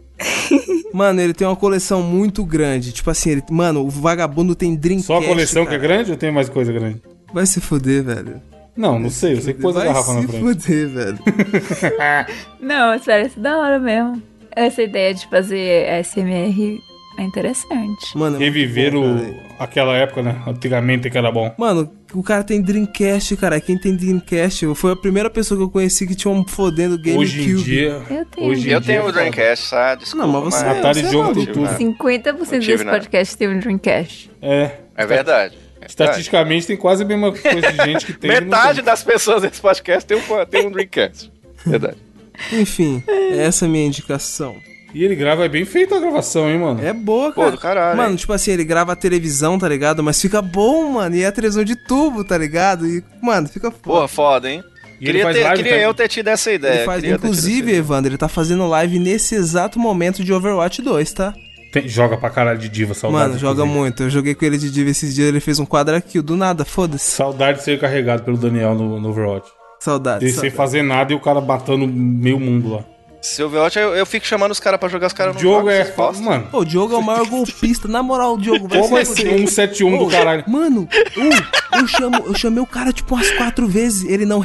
D: Mano, ele tem uma coleção muito grande. Tipo assim, ele, mano, o vagabundo tem Dreamcast.
A: Só a coleção que é
D: cara.
A: grande ou tem mais coisa grande?
D: Vai se fuder, velho.
A: Não, não sei. Eu sei que pôs a
D: Vai
A: garrafa na
D: se
A: frente.
D: fuder, velho.
C: Não, mas parece da hora mesmo. Essa ideia de fazer SMR é interessante.
D: Mano, é muito
A: Reviver
D: bom,
A: o-
D: velho.
A: aquela época, né? Antigamente que era bom.
D: Mano, o cara tem Dreamcast, cara. Quem tem Dreamcast? eu- Foi a primeira pessoa que eu conheci que tinha um fodendo GameCube.
A: Hoje em dia.
C: Eu tenho.
A: Hoje em dia
B: Eu tenho um o
A: é foda.
B: Dreamcast, tá? Desculpa,
D: Não, mas você-
A: A Atari
D: Você é
A: Diogo
D: maluco,
A: tudo.
B: né?
C: 50%
B: Não tive
C: desse
B: nada.
C: podcast tem um Dreamcast.
A: É.
B: É verdade. É verdade.
A: Estatisticamente tem quase a mesma coisa de gente que tem. e não
B: Metade
A: tem.
B: das pessoas desse podcast tem um, tem um Dreamcast. Verdade.
D: Enfim, essa é a minha indicação.
A: E ele grava, é bem feita a gravação, hein, mano?
D: É boa,
B: Pô,
D: cara.
B: do caralho,
D: Mano,
B: hein?
D: tipo assim, ele grava a televisão, tá ligado? Mas fica bom, mano. E é a televisão de tubo, tá ligado? E, mano, fica foda.
B: Porra, foda, hein?
A: E ele
B: queria
A: faz
B: ter-
A: live
B: queria
A: também.
B: eu ter tido essa ideia.
D: Ele faz,
B: queria eu ter tido essa
D: inclusive,
B: ideia.
D: Evandro, ele tá fazendo live nesse exato momento de Overwatch 2, tá?
A: Tem- joga pra caralho de diva, saudade.
D: Mano, joga
A: inclusive.
D: muito. Eu joguei com ele de diva esses dias, ele fez um quadra kill do nada, foda-se.
A: Saudade de ser carregado pelo Daniel no, no Overwatch.
D: Saudade.
A: Ele sem
D: saudade.
A: fazer nada e o cara batendo meio mundo lá.
B: Se eu ver ótimo, eu, eu fico chamando os caras pra jogar, os caras não
A: Diogo
B: jogam,
A: é
B: vocês
A: foda,
B: gostam.
A: mano.
D: Pô, o Diogo é o maior golpista. Na moral, o Diogo vai
A: Qual vai
B: assim,
D: se
A: ser
D: fuder.
A: 171 do
D: Ô,
A: caralho?
D: Mano, ô, eu, chamo, eu chamei o cara tipo umas quatro vezes. Ele não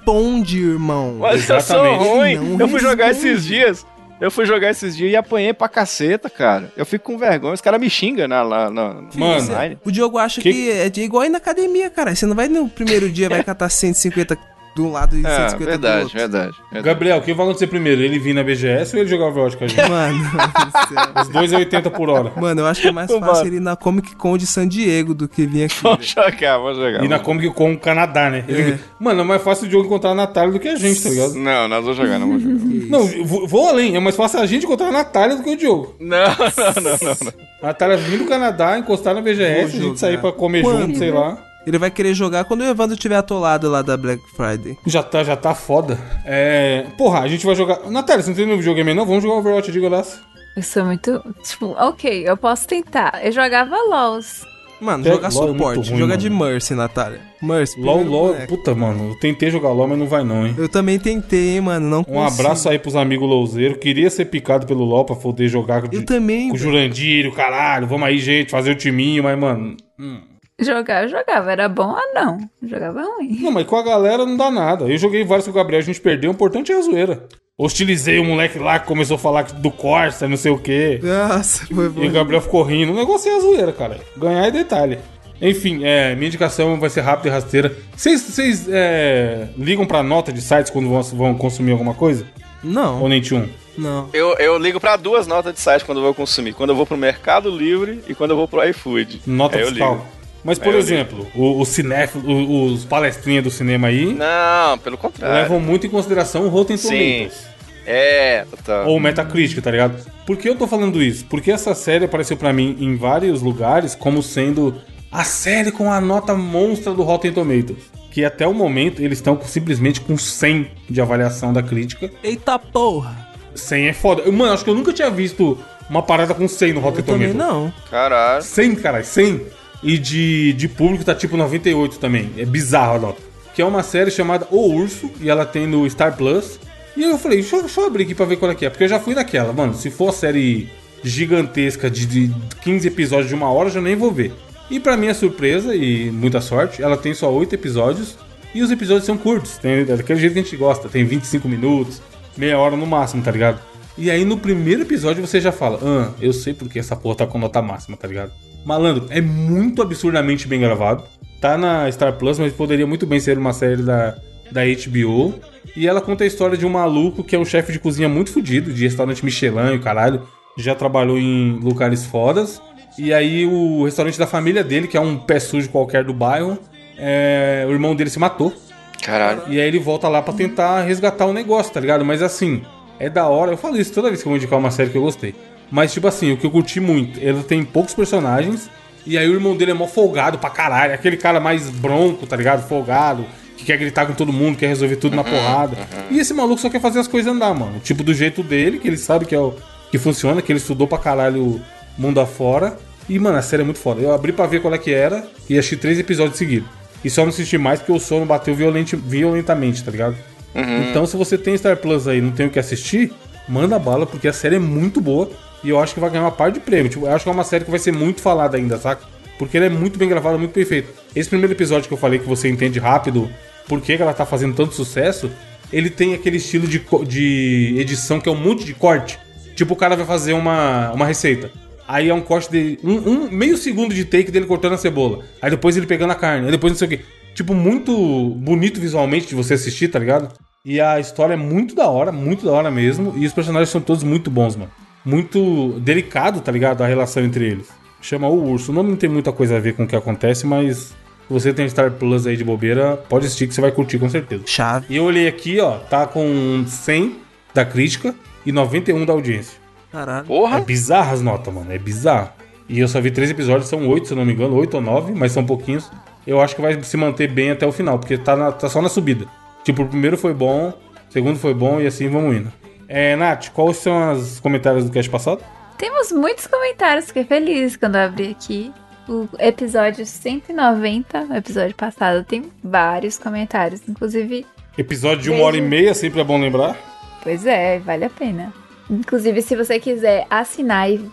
D: responde, irmão.
B: Mas eu sou
A: Exatamente.
B: ruim.
D: Não
B: Eu fui jogar
D: responde.
B: esses dias. Eu fui jogar esses dias e apanhei pra caceta, cara. Eu fico com vergonha. Os caras me xingam na, na, na,
A: Mano.
B: online.
D: O Diogo acha que...
A: Que-
D: é de- igual ir na academia, cara. Você não vai no primeiro dia, vai catar 150 de um lado e
B: É,
D: 150 do
B: verdade,
D: outro.
B: verdade, verdade.
A: Gabriel, quem vai acontecer primeiro? Ele vir na BGS ou ele jogar Overwatch com a gente?
D: Mano, do céu.
A: Os dois é 80 por hora.
D: Mano, eu acho que é mais
B: Ô,
D: fácil
B: mano.
D: ele ir na Comic Con de San Diego do que vir aqui. velho.
B: Vamos jogar, vamos jogar.
A: E na Comic é Con Canadá, né? Ele- Mano, é mais fácil o Diogo encontrar a Natália do que a gente, tá ligado?
B: Não, nós vamos jogar, não vamos jogar.
A: Não, eu vou, vou além. É mais fácil a gente encontrar a Natália do que o Diogo.
B: Não, não, não, não. não.
A: A Natália vir do Canadá, encostar na
D: Vou
A: BGS, a
D: jogar.
A: gente sair pra comer
D: Quando?
A: junto, sei lá.
D: Ele vai querer jogar quando o Evandro tiver atolado lá da Black Friday.
A: Já tá, já tá foda. É. Porra, a gente vai jogar. Natália, você não tem novo videogame aí, não? Vamos jogar Overwatch de golaço.
C: Eu sou muito. Tipo, ok, eu posso tentar. Eu jogava LOLs.
D: Mano,
A: É,
D: jogar
A: LOL é muito
D: suporte.
A: ruim,
D: jogar
A: mano.
D: de Mercy, Natália. Mercy.
A: LOL,
D: primeiro é.
A: LOL.
D: boneco.
A: Puta, mano, eu tentei jogar LOL, mas não vai não, hein?
D: Eu também tentei, hein, mano. Não
A: Um abraço aí pros amigos Louzeiro. Queria ser picado pelo LOL pra poder jogar com, o
D: Eu
A: Ju-
D: também.
A: com o Jurandir, o caralho. Vamos aí, gente, fazer o timinho, mas, mano. hum.
C: Jogar, eu jogava. Era bom ou não? Jogava ruim.
A: Não, mas com a galera não dá nada. Eu joguei vários com o Gabriel, a gente perdeu. O importante é a zoeira. Hostilizei o moleque lá que começou a falar do Corsa, não sei o quê.
D: Nossa, foi bom.
A: E o Gabriel ficou rindo. O negócio é a zoeira, cara. Ganhar é detalhe. Enfim, é, minha indicação vai ser rápida e rasteira. Vocês- Vocês é, ligam pra nota de sites quando vão, vão consumir alguma coisa? Ou
D: Não,
A: nem tinha um?
D: não.
B: Eu, eu ligo pra duas notas de site quando eu vou consumir. Quando eu vou pro Mercado Livre e quando eu vou pro iFood.
A: Nota
B: Aí É, eu
A: fiscal.
B: ligo.
A: Mas, por
B: eu
A: exemplo, o, o cinéfilo- o- os palestrinhas do cinema aí
B: Não, pelo contrário.
A: levam muito em consideração o Rotten
B: Sim.
A: Tomatoes.
B: É, tá.
A: um Ou Metacritic, tá ligado? Por que eu tô falando isso? Porque essa série apareceu pra mim em vários lugares como sendo a série com a nota monstra do Rotten Tomatoes. Que até o momento eles estão com- simplesmente com 100 de avaliação da crítica.
D: Eita porra.
A: 100 é foda. Eu- Mano, acho que eu nunca tinha visto uma parada com 100 no Rotten
D: Eu também
A: Tomatoes.
D: não.
B: Caralho.
A: 100, caralho, 100. E de, de público tá tipo 98 também. É bizarro a nota. Que é uma série chamada O Urso, e ela tem no Star Plus. E eu falei, deixa, eu- deixa eu abrir aqui pra ver qual é que é. Porque eu já fui naquela, mano. Se for a série gigantesca de, de 15 episódios de uma hora, eu já nem vou ver. E pra minha surpresa e muita sorte, ela tem só 8 episódios. E os episódios são curtos. Tem, é daquele jeito que a gente gosta. Tem 25 minutos, meia hora no máximo, tá ligado? E aí no primeiro episódio você já fala, ah, eu sei porque essa porra tá com nota máxima, tá ligado? Malandro, é muito absurdamente bem gravado. Tá na Star Plus, mas poderia muito bem ser uma série da, da HBO. E ela conta a história de um maluco que é um chefe de cozinha muito fodido, de restaurante Michelin e o caralho. Já trabalhou em lugares fodas. E aí o restaurante da família dele, que é um pé sujo qualquer do bairro, é, o irmão dele se matou.
B: Caralho.
A: E aí ele volta lá pra tentar resgatar o negócio, tá ligado? Mas assim, é da hora. Eu falo isso toda vez que eu vou indicar uma série que eu gostei. Mas, tipo assim, o que eu curti muito, ela tem poucos personagens. E aí o irmão dele é mó folgado pra caralho. Aquele cara mais bronco, tá ligado? Folgado, que quer gritar com todo mundo, quer resolver tudo na porrada. E esse maluco só quer fazer as coisas andar, mano. Tipo, do jeito dele, que ele sabe que é o. que funciona, que ele estudou pra caralho mundo afora. E, mano, a série é muito foda. Eu abri pra ver qual é que era e achei três episódios seguidos. E só não assisti mais porque o sono bateu violente- violentamente, tá ligado? Então, se você tem Star Plus aí e não tem o que assistir, manda bala, porque a série é muito boa e eu acho que vai ganhar uma par de prêmio. Tipo, eu acho que é uma série que vai ser muito falada ainda, saca? Porque ela é muito bem gravada, muito perfeita. Esse primeiro episódio que eu falei que você entende rápido por que que ela tá fazendo tanto sucesso, ele tem aquele estilo de, co- de edição que é um monte de corte. Tipo, o cara vai fazer uma, uma receita. Aí é um corte de. Um, um meio segundo de take dele cortando a cebola. Aí depois ele pegando a carne. Aí depois não sei o quê. Tipo, muito bonito visualmente de você assistir, tá ligado? E a história é muito da hora, muito da hora mesmo. E os personagens são todos muito bons, mano. Muito delicado, tá ligado? A relação entre eles. Chama o urso. O nome não tem muita coisa a ver com o que acontece, mas. Se você tem Star Plus aí de bobeira, pode assistir que você vai curtir com certeza.
D: Chave.
A: E eu olhei aqui, ó, tá com 100 da crítica e 91 da audiência.
D: Caralho.
A: É
B: Porra.
A: bizarra as notas, mano. É bizarro. E eu só vi três episódios, são oito, se eu não me engano, oito ou nove, mas são pouquinhos. Eu acho que vai se manter bem até o final, porque tá, na- tá só na subida. Tipo, o primeiro foi bom, o segundo foi bom e assim vamos indo. É, Nath, quais são os comentários do cast passado?
C: Temos muitos comentários, fiquei feliz quando eu abri aqui. O episódio 190, o episódio passado, tem vários comentários. Inclusive,
A: Episódio de uma hora e meia, sempre é bom lembrar.
C: pois é, vale a pena. Inclusive, se você quiser assinar e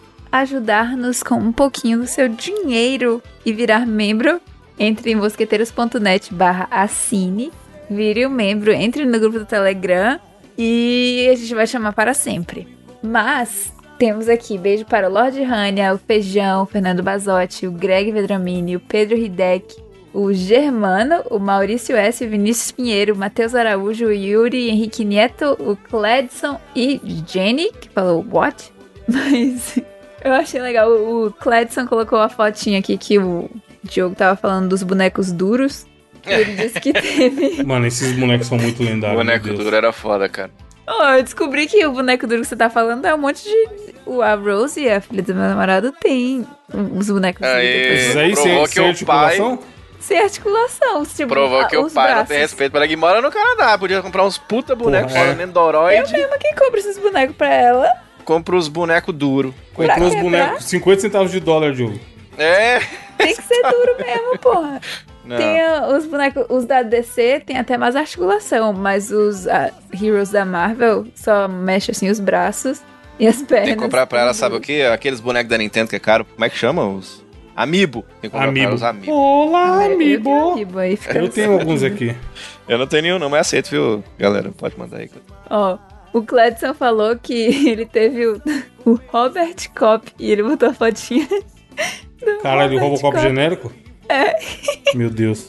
C: ajudar-nos com um pouquinho do seu dinheiro e virar membro, entre em mosqueteiros.net barra assine, vire um membro, entre no grupo do Telegram e a gente vai chamar para sempre. Mas temos aqui beijo para o Lorde Rania, o Feijão, o Fernando Bazotti, o Greg Vedramini, o Pedro Hideck, o Germano, o Maurício S, o Vinícius Pinheiro, o Matheus Araújo, o Yuri, Henrique Nieto, o Cledson e Jenny, que falou what? Mas eu achei legal. O o Cledson colocou a fotinha aqui que o Diogo tava falando dos bonecos duros. E ele disse que teve.
A: Mano, esses bonecos são muito
B: O
A: lendários.
B: boneco
A: meu Deus.
B: duro era foda, cara.
C: Ô, eu descobri que o boneco duro que você tá falando é um monte de. o- A Rose e a filha do meu namorado tem uns bonecos
B: Aê.
C: duros.
A: Isso aí, tipo, sem,
B: Provou que
A: sem
B: o pai-
A: articulação?
C: sem articulação. Tipo,
B: Provou que
C: a-
B: o
C: os
B: pai não
C: braços.
B: tem respeito por ela que mora no Canadá. Podia comprar uns puta bonecos
A: Porra,
B: fora
A: é.
B: dentro do Oroid.
C: Mesmo quem compra esses bonecos pra ela.
B: Compra os bonecos duros.
C: Pra
A: Comprou os
C: quebrar?
A: bonecos, 50 centavos de dólar, Diogo.
B: É.
C: Tem que ser duro mesmo, porra.
B: Não.
C: Tem ah, os bonecos, os da DC tem até mais articulação, mas os ah, Heroes da Marvel só mexe assim os braços e as pernas.
B: Tem que comprar pra ela, sabe o quê? Aqueles bonecos da Nintendo que é caro. Como é que chama? Os Amiibo. Tem que comprar pra ela
A: Amiibo.
B: os Amiibo.
C: Ah, É,
A: Olá,
C: Amiibo.
A: amigo.
C: Amiibo um aí fica assim.
A: Eu tenho alguns aqui.
B: Eu não tenho nenhum, não, mas aceito, viu, galera? Pode mandar aí.
C: Ó, o Cledson falou que ele teve o, o Robert Cop e ele botou a fotinha. do
A: Caralho,
C: Robert
A: Robocop
C: Copp.
A: genérico? É. Meu Deus.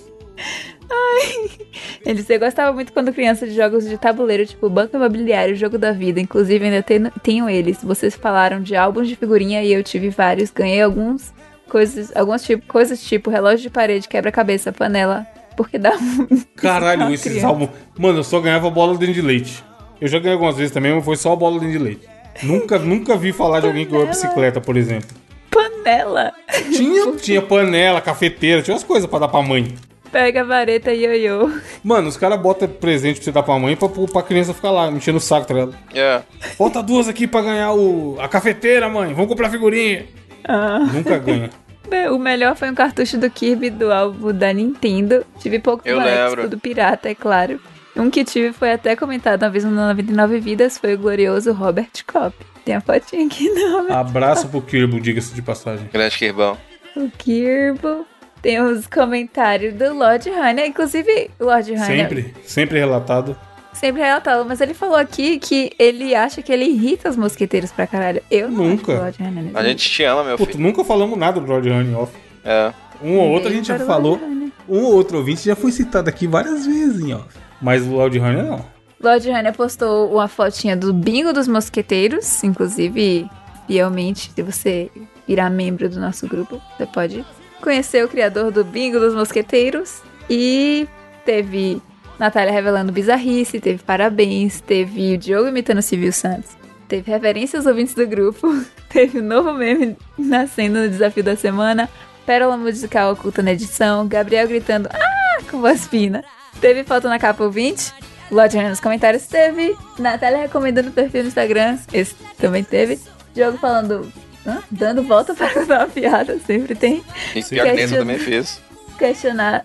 C: Ele disse, eu gostava muito quando criança de jogos de tabuleiro, tipo Banco Imobiliário, Jogo da Vida. Inclusive, ainda tenho, tenho eles. Vocês falaram de álbuns de figurinha e eu tive vários. Ganhei alguns coisas, alguns tipo, coisas tipo relógio de parede, quebra-cabeça, panela. Porque dá um.
A: Caralho,
C: Uma
A: esses
C: criança.
A: álbuns. Mano, eu só ganhava bola dentro de leite. Eu já ganhei algumas vezes também, mas foi só a bola dentro de leite. Nunca, nunca vi falar de alguém que ganhou bicicleta, por exemplo.
C: Panela!
A: Tinha, tinha panela, cafeteira, tinha umas coisas pra dar pra mãe.
C: Pega a vareta e ioiô.
A: Mano, os caras botam presente pra você dar pra mãe pra, pra criança ficar lá, mexendo o saco, tá ligado?
B: É.
A: Bota duas aqui pra ganhar o, a cafeteira, mãe. Vamos comprar figurinha.
C: Ah.
A: Nunca ganha.
C: Bem, O melhor foi um cartucho do Kirby do álbum da Nintendo. Tive pouco
B: Eu lembro.
C: do pirata, é claro. Um que tive foi até comentado na vez no 99 Vidas, foi o glorioso Robert Copp. Tem a fotinha aqui do
A: Ah.
C: Robert
A: Abraço pro Kirby, diga-se de passagem.
B: Grande Kirbão.
C: o Kirby. Tem os comentários do Lord Hanna. Inclusive, o Lord Hanna
A: Sempre, sempre relatado.
C: sempre relatado, mas ele falou aqui que ele acha que ele irrita os mosqueteiros pra caralho. Eu não
A: Nunca.
C: acho o Lord é Hanna.
B: A gente te ama, meu
A: Puta,
B: filho.
A: nunca falamos nada do George Honey Off.
B: É.
A: Um ou outro a gente já falou. Um ou outro ouvinte já foi citado aqui várias vezes, hein, ó. Mas o Lord Honey não.
C: Lord Hanna postou uma fotinha do bingo dos mosqueteiros, inclusive, fielmente, se você virar membro do nosso grupo, você pode conhecer o criador do bingo dos mosqueteiros. E teve Natália revelando bizarrice, teve parabéns, teve o Diogo imitando o Civil Santos, teve referência aos ouvintes do grupo, teve um novo meme nascendo no desafio da semana, pérola musical oculta na edição, Gabriel gritando ah com voz fina, teve foto na capa ouvinte, Lodinha nos comentários teve. Natália recomendando o perfil no Instagram. Esse também teve. Diogo falando. hã? Dando volta para contar uma piada, sempre tem.
B: E pior que dentro
C: Questiona-
B: também fez.
C: Questionar.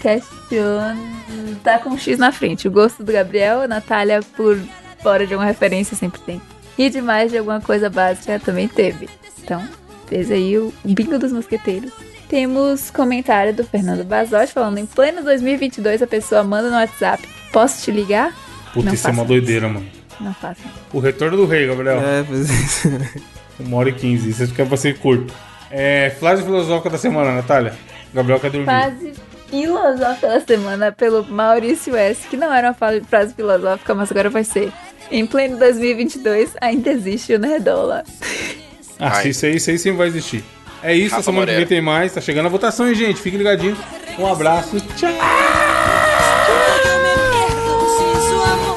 C: Questiona. Tá com um X na frente. O gosto do Gabriel, Natália por fora de alguma referência, sempre tem. E demais de alguma coisa básica também teve. Então, fez aí o bingo dos mosqueteiros. Temos comentário do Fernando Basotti falando: em pleno 2022 a pessoa manda no WhatsApp: Posso te ligar?
A: Puta,
C: Não
A: isso é uma
C: faça
A: doideira, mano.
C: Não faça.
A: O retorno do rei, Gabriel.
D: É, pois é.
A: Uma hora e quinze. Isso aqui é pra ser curto. É, frase filosófica da semana, Natália. Gabriel quer dormir.
C: Frase filosófica da semana pelo Maurício S., que não era uma fa- frase filosófica, mas agora vai ser. Em pleno 2022, ainda existe o Nerdola.
A: Ah,
B: Ai.
A: isso aí, isso aí sempre vai existir. É isso,
B: Rafa
A: semana que
B: Moreira.
A: vem tem mais. Tá chegando a votação, hein, gente? Fique ligadinho. Um abraço. Tchau.
I: Eu me perco sem seu amor.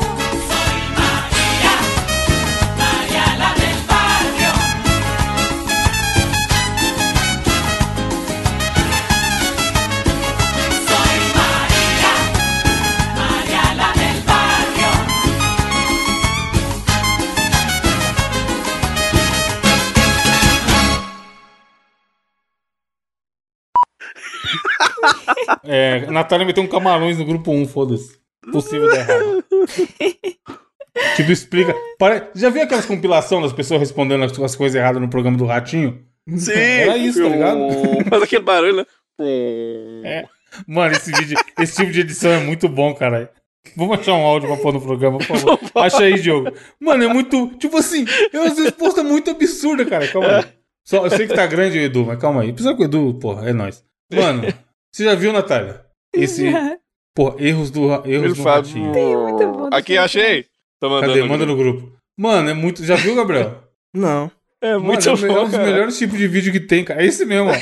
A: É, a Natália meteu um camarões no grupo 1, foda-se. Possível dar errado. tipo, explica. Pare- Já viu aquelas compilação das pessoas respondendo as, as coisas erradas no programa do Ratinho?
B: Sim.
A: Era isso, tá ligado? É.
B: Faz aquele barulho, né?
A: Mano, esse vídeo, esse tipo de edição é muito bom, caralho. Vamos achar um áudio pra pôr no programa, por favor. Acha aí, Diogo. Mano, é muito. Tipo assim, é uma resposta muito absurda, cara. Calma aí. Só, eu sei que tá grande, Edu, mas calma aí. Precisa com o Edu, porra, é nóis. Mano, você já viu, Natália? Esse. Porra, erros do, ra- erros do ratinho.
C: muito bom no
B: Aqui,
C: filme.
B: achei. Tô mandando.
A: Cadê? Manda no grupo. Mano, é muito. Já viu, Gabriel?
D: Não.
B: É
A: Mano,
B: muito
A: é um- é
B: bom,
A: um dos
B: cara.
A: melhores tipos de vídeo que tem, cara. É esse mesmo, ó.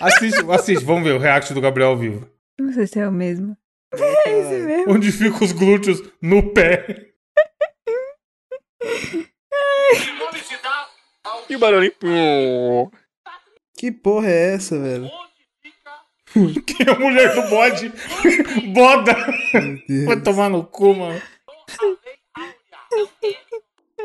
A: Assiste, assiste, vamos ver o react do Gabriel ao vivo.
C: Não sei se é o mesmo. É esse mesmo.
A: Onde ficam os glúteos no pé.
B: E o barulhinho. pum.
D: Que porra é essa, velho?
A: Que a mulher do bode boda. Vai tomar no cu, mano.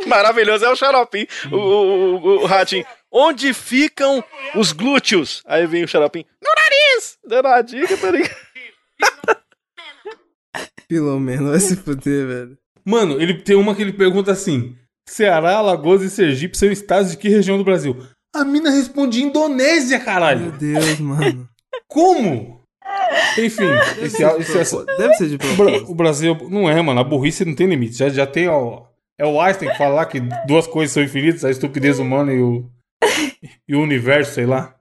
B: Maravilhoso é o xaropim. O, o, o- o ratinho. Onde ficam os glúteos? Aí vem o xaropim. No nariz! Dando a dica, tá ligado?
D: Filomeno vai se fuder, velho.
A: Mano, ele tem uma que ele pergunta assim: Ceará, Alagoas e Sergipe são estados de que região do Brasil? A mina responde Indonésia,
D: Meu
A: caralho.
D: Deus, mano.
A: Como? Enfim, esse, esse, esse,
D: Deve ser de
A: O Bra-
D: propósito.
A: O Brasil não é, mano. A burrice não tem limite. Já, já tem ó, É o Einstein que fala lá que duas coisas são infinitas, a estupidez humana e o. e o universo, sei lá.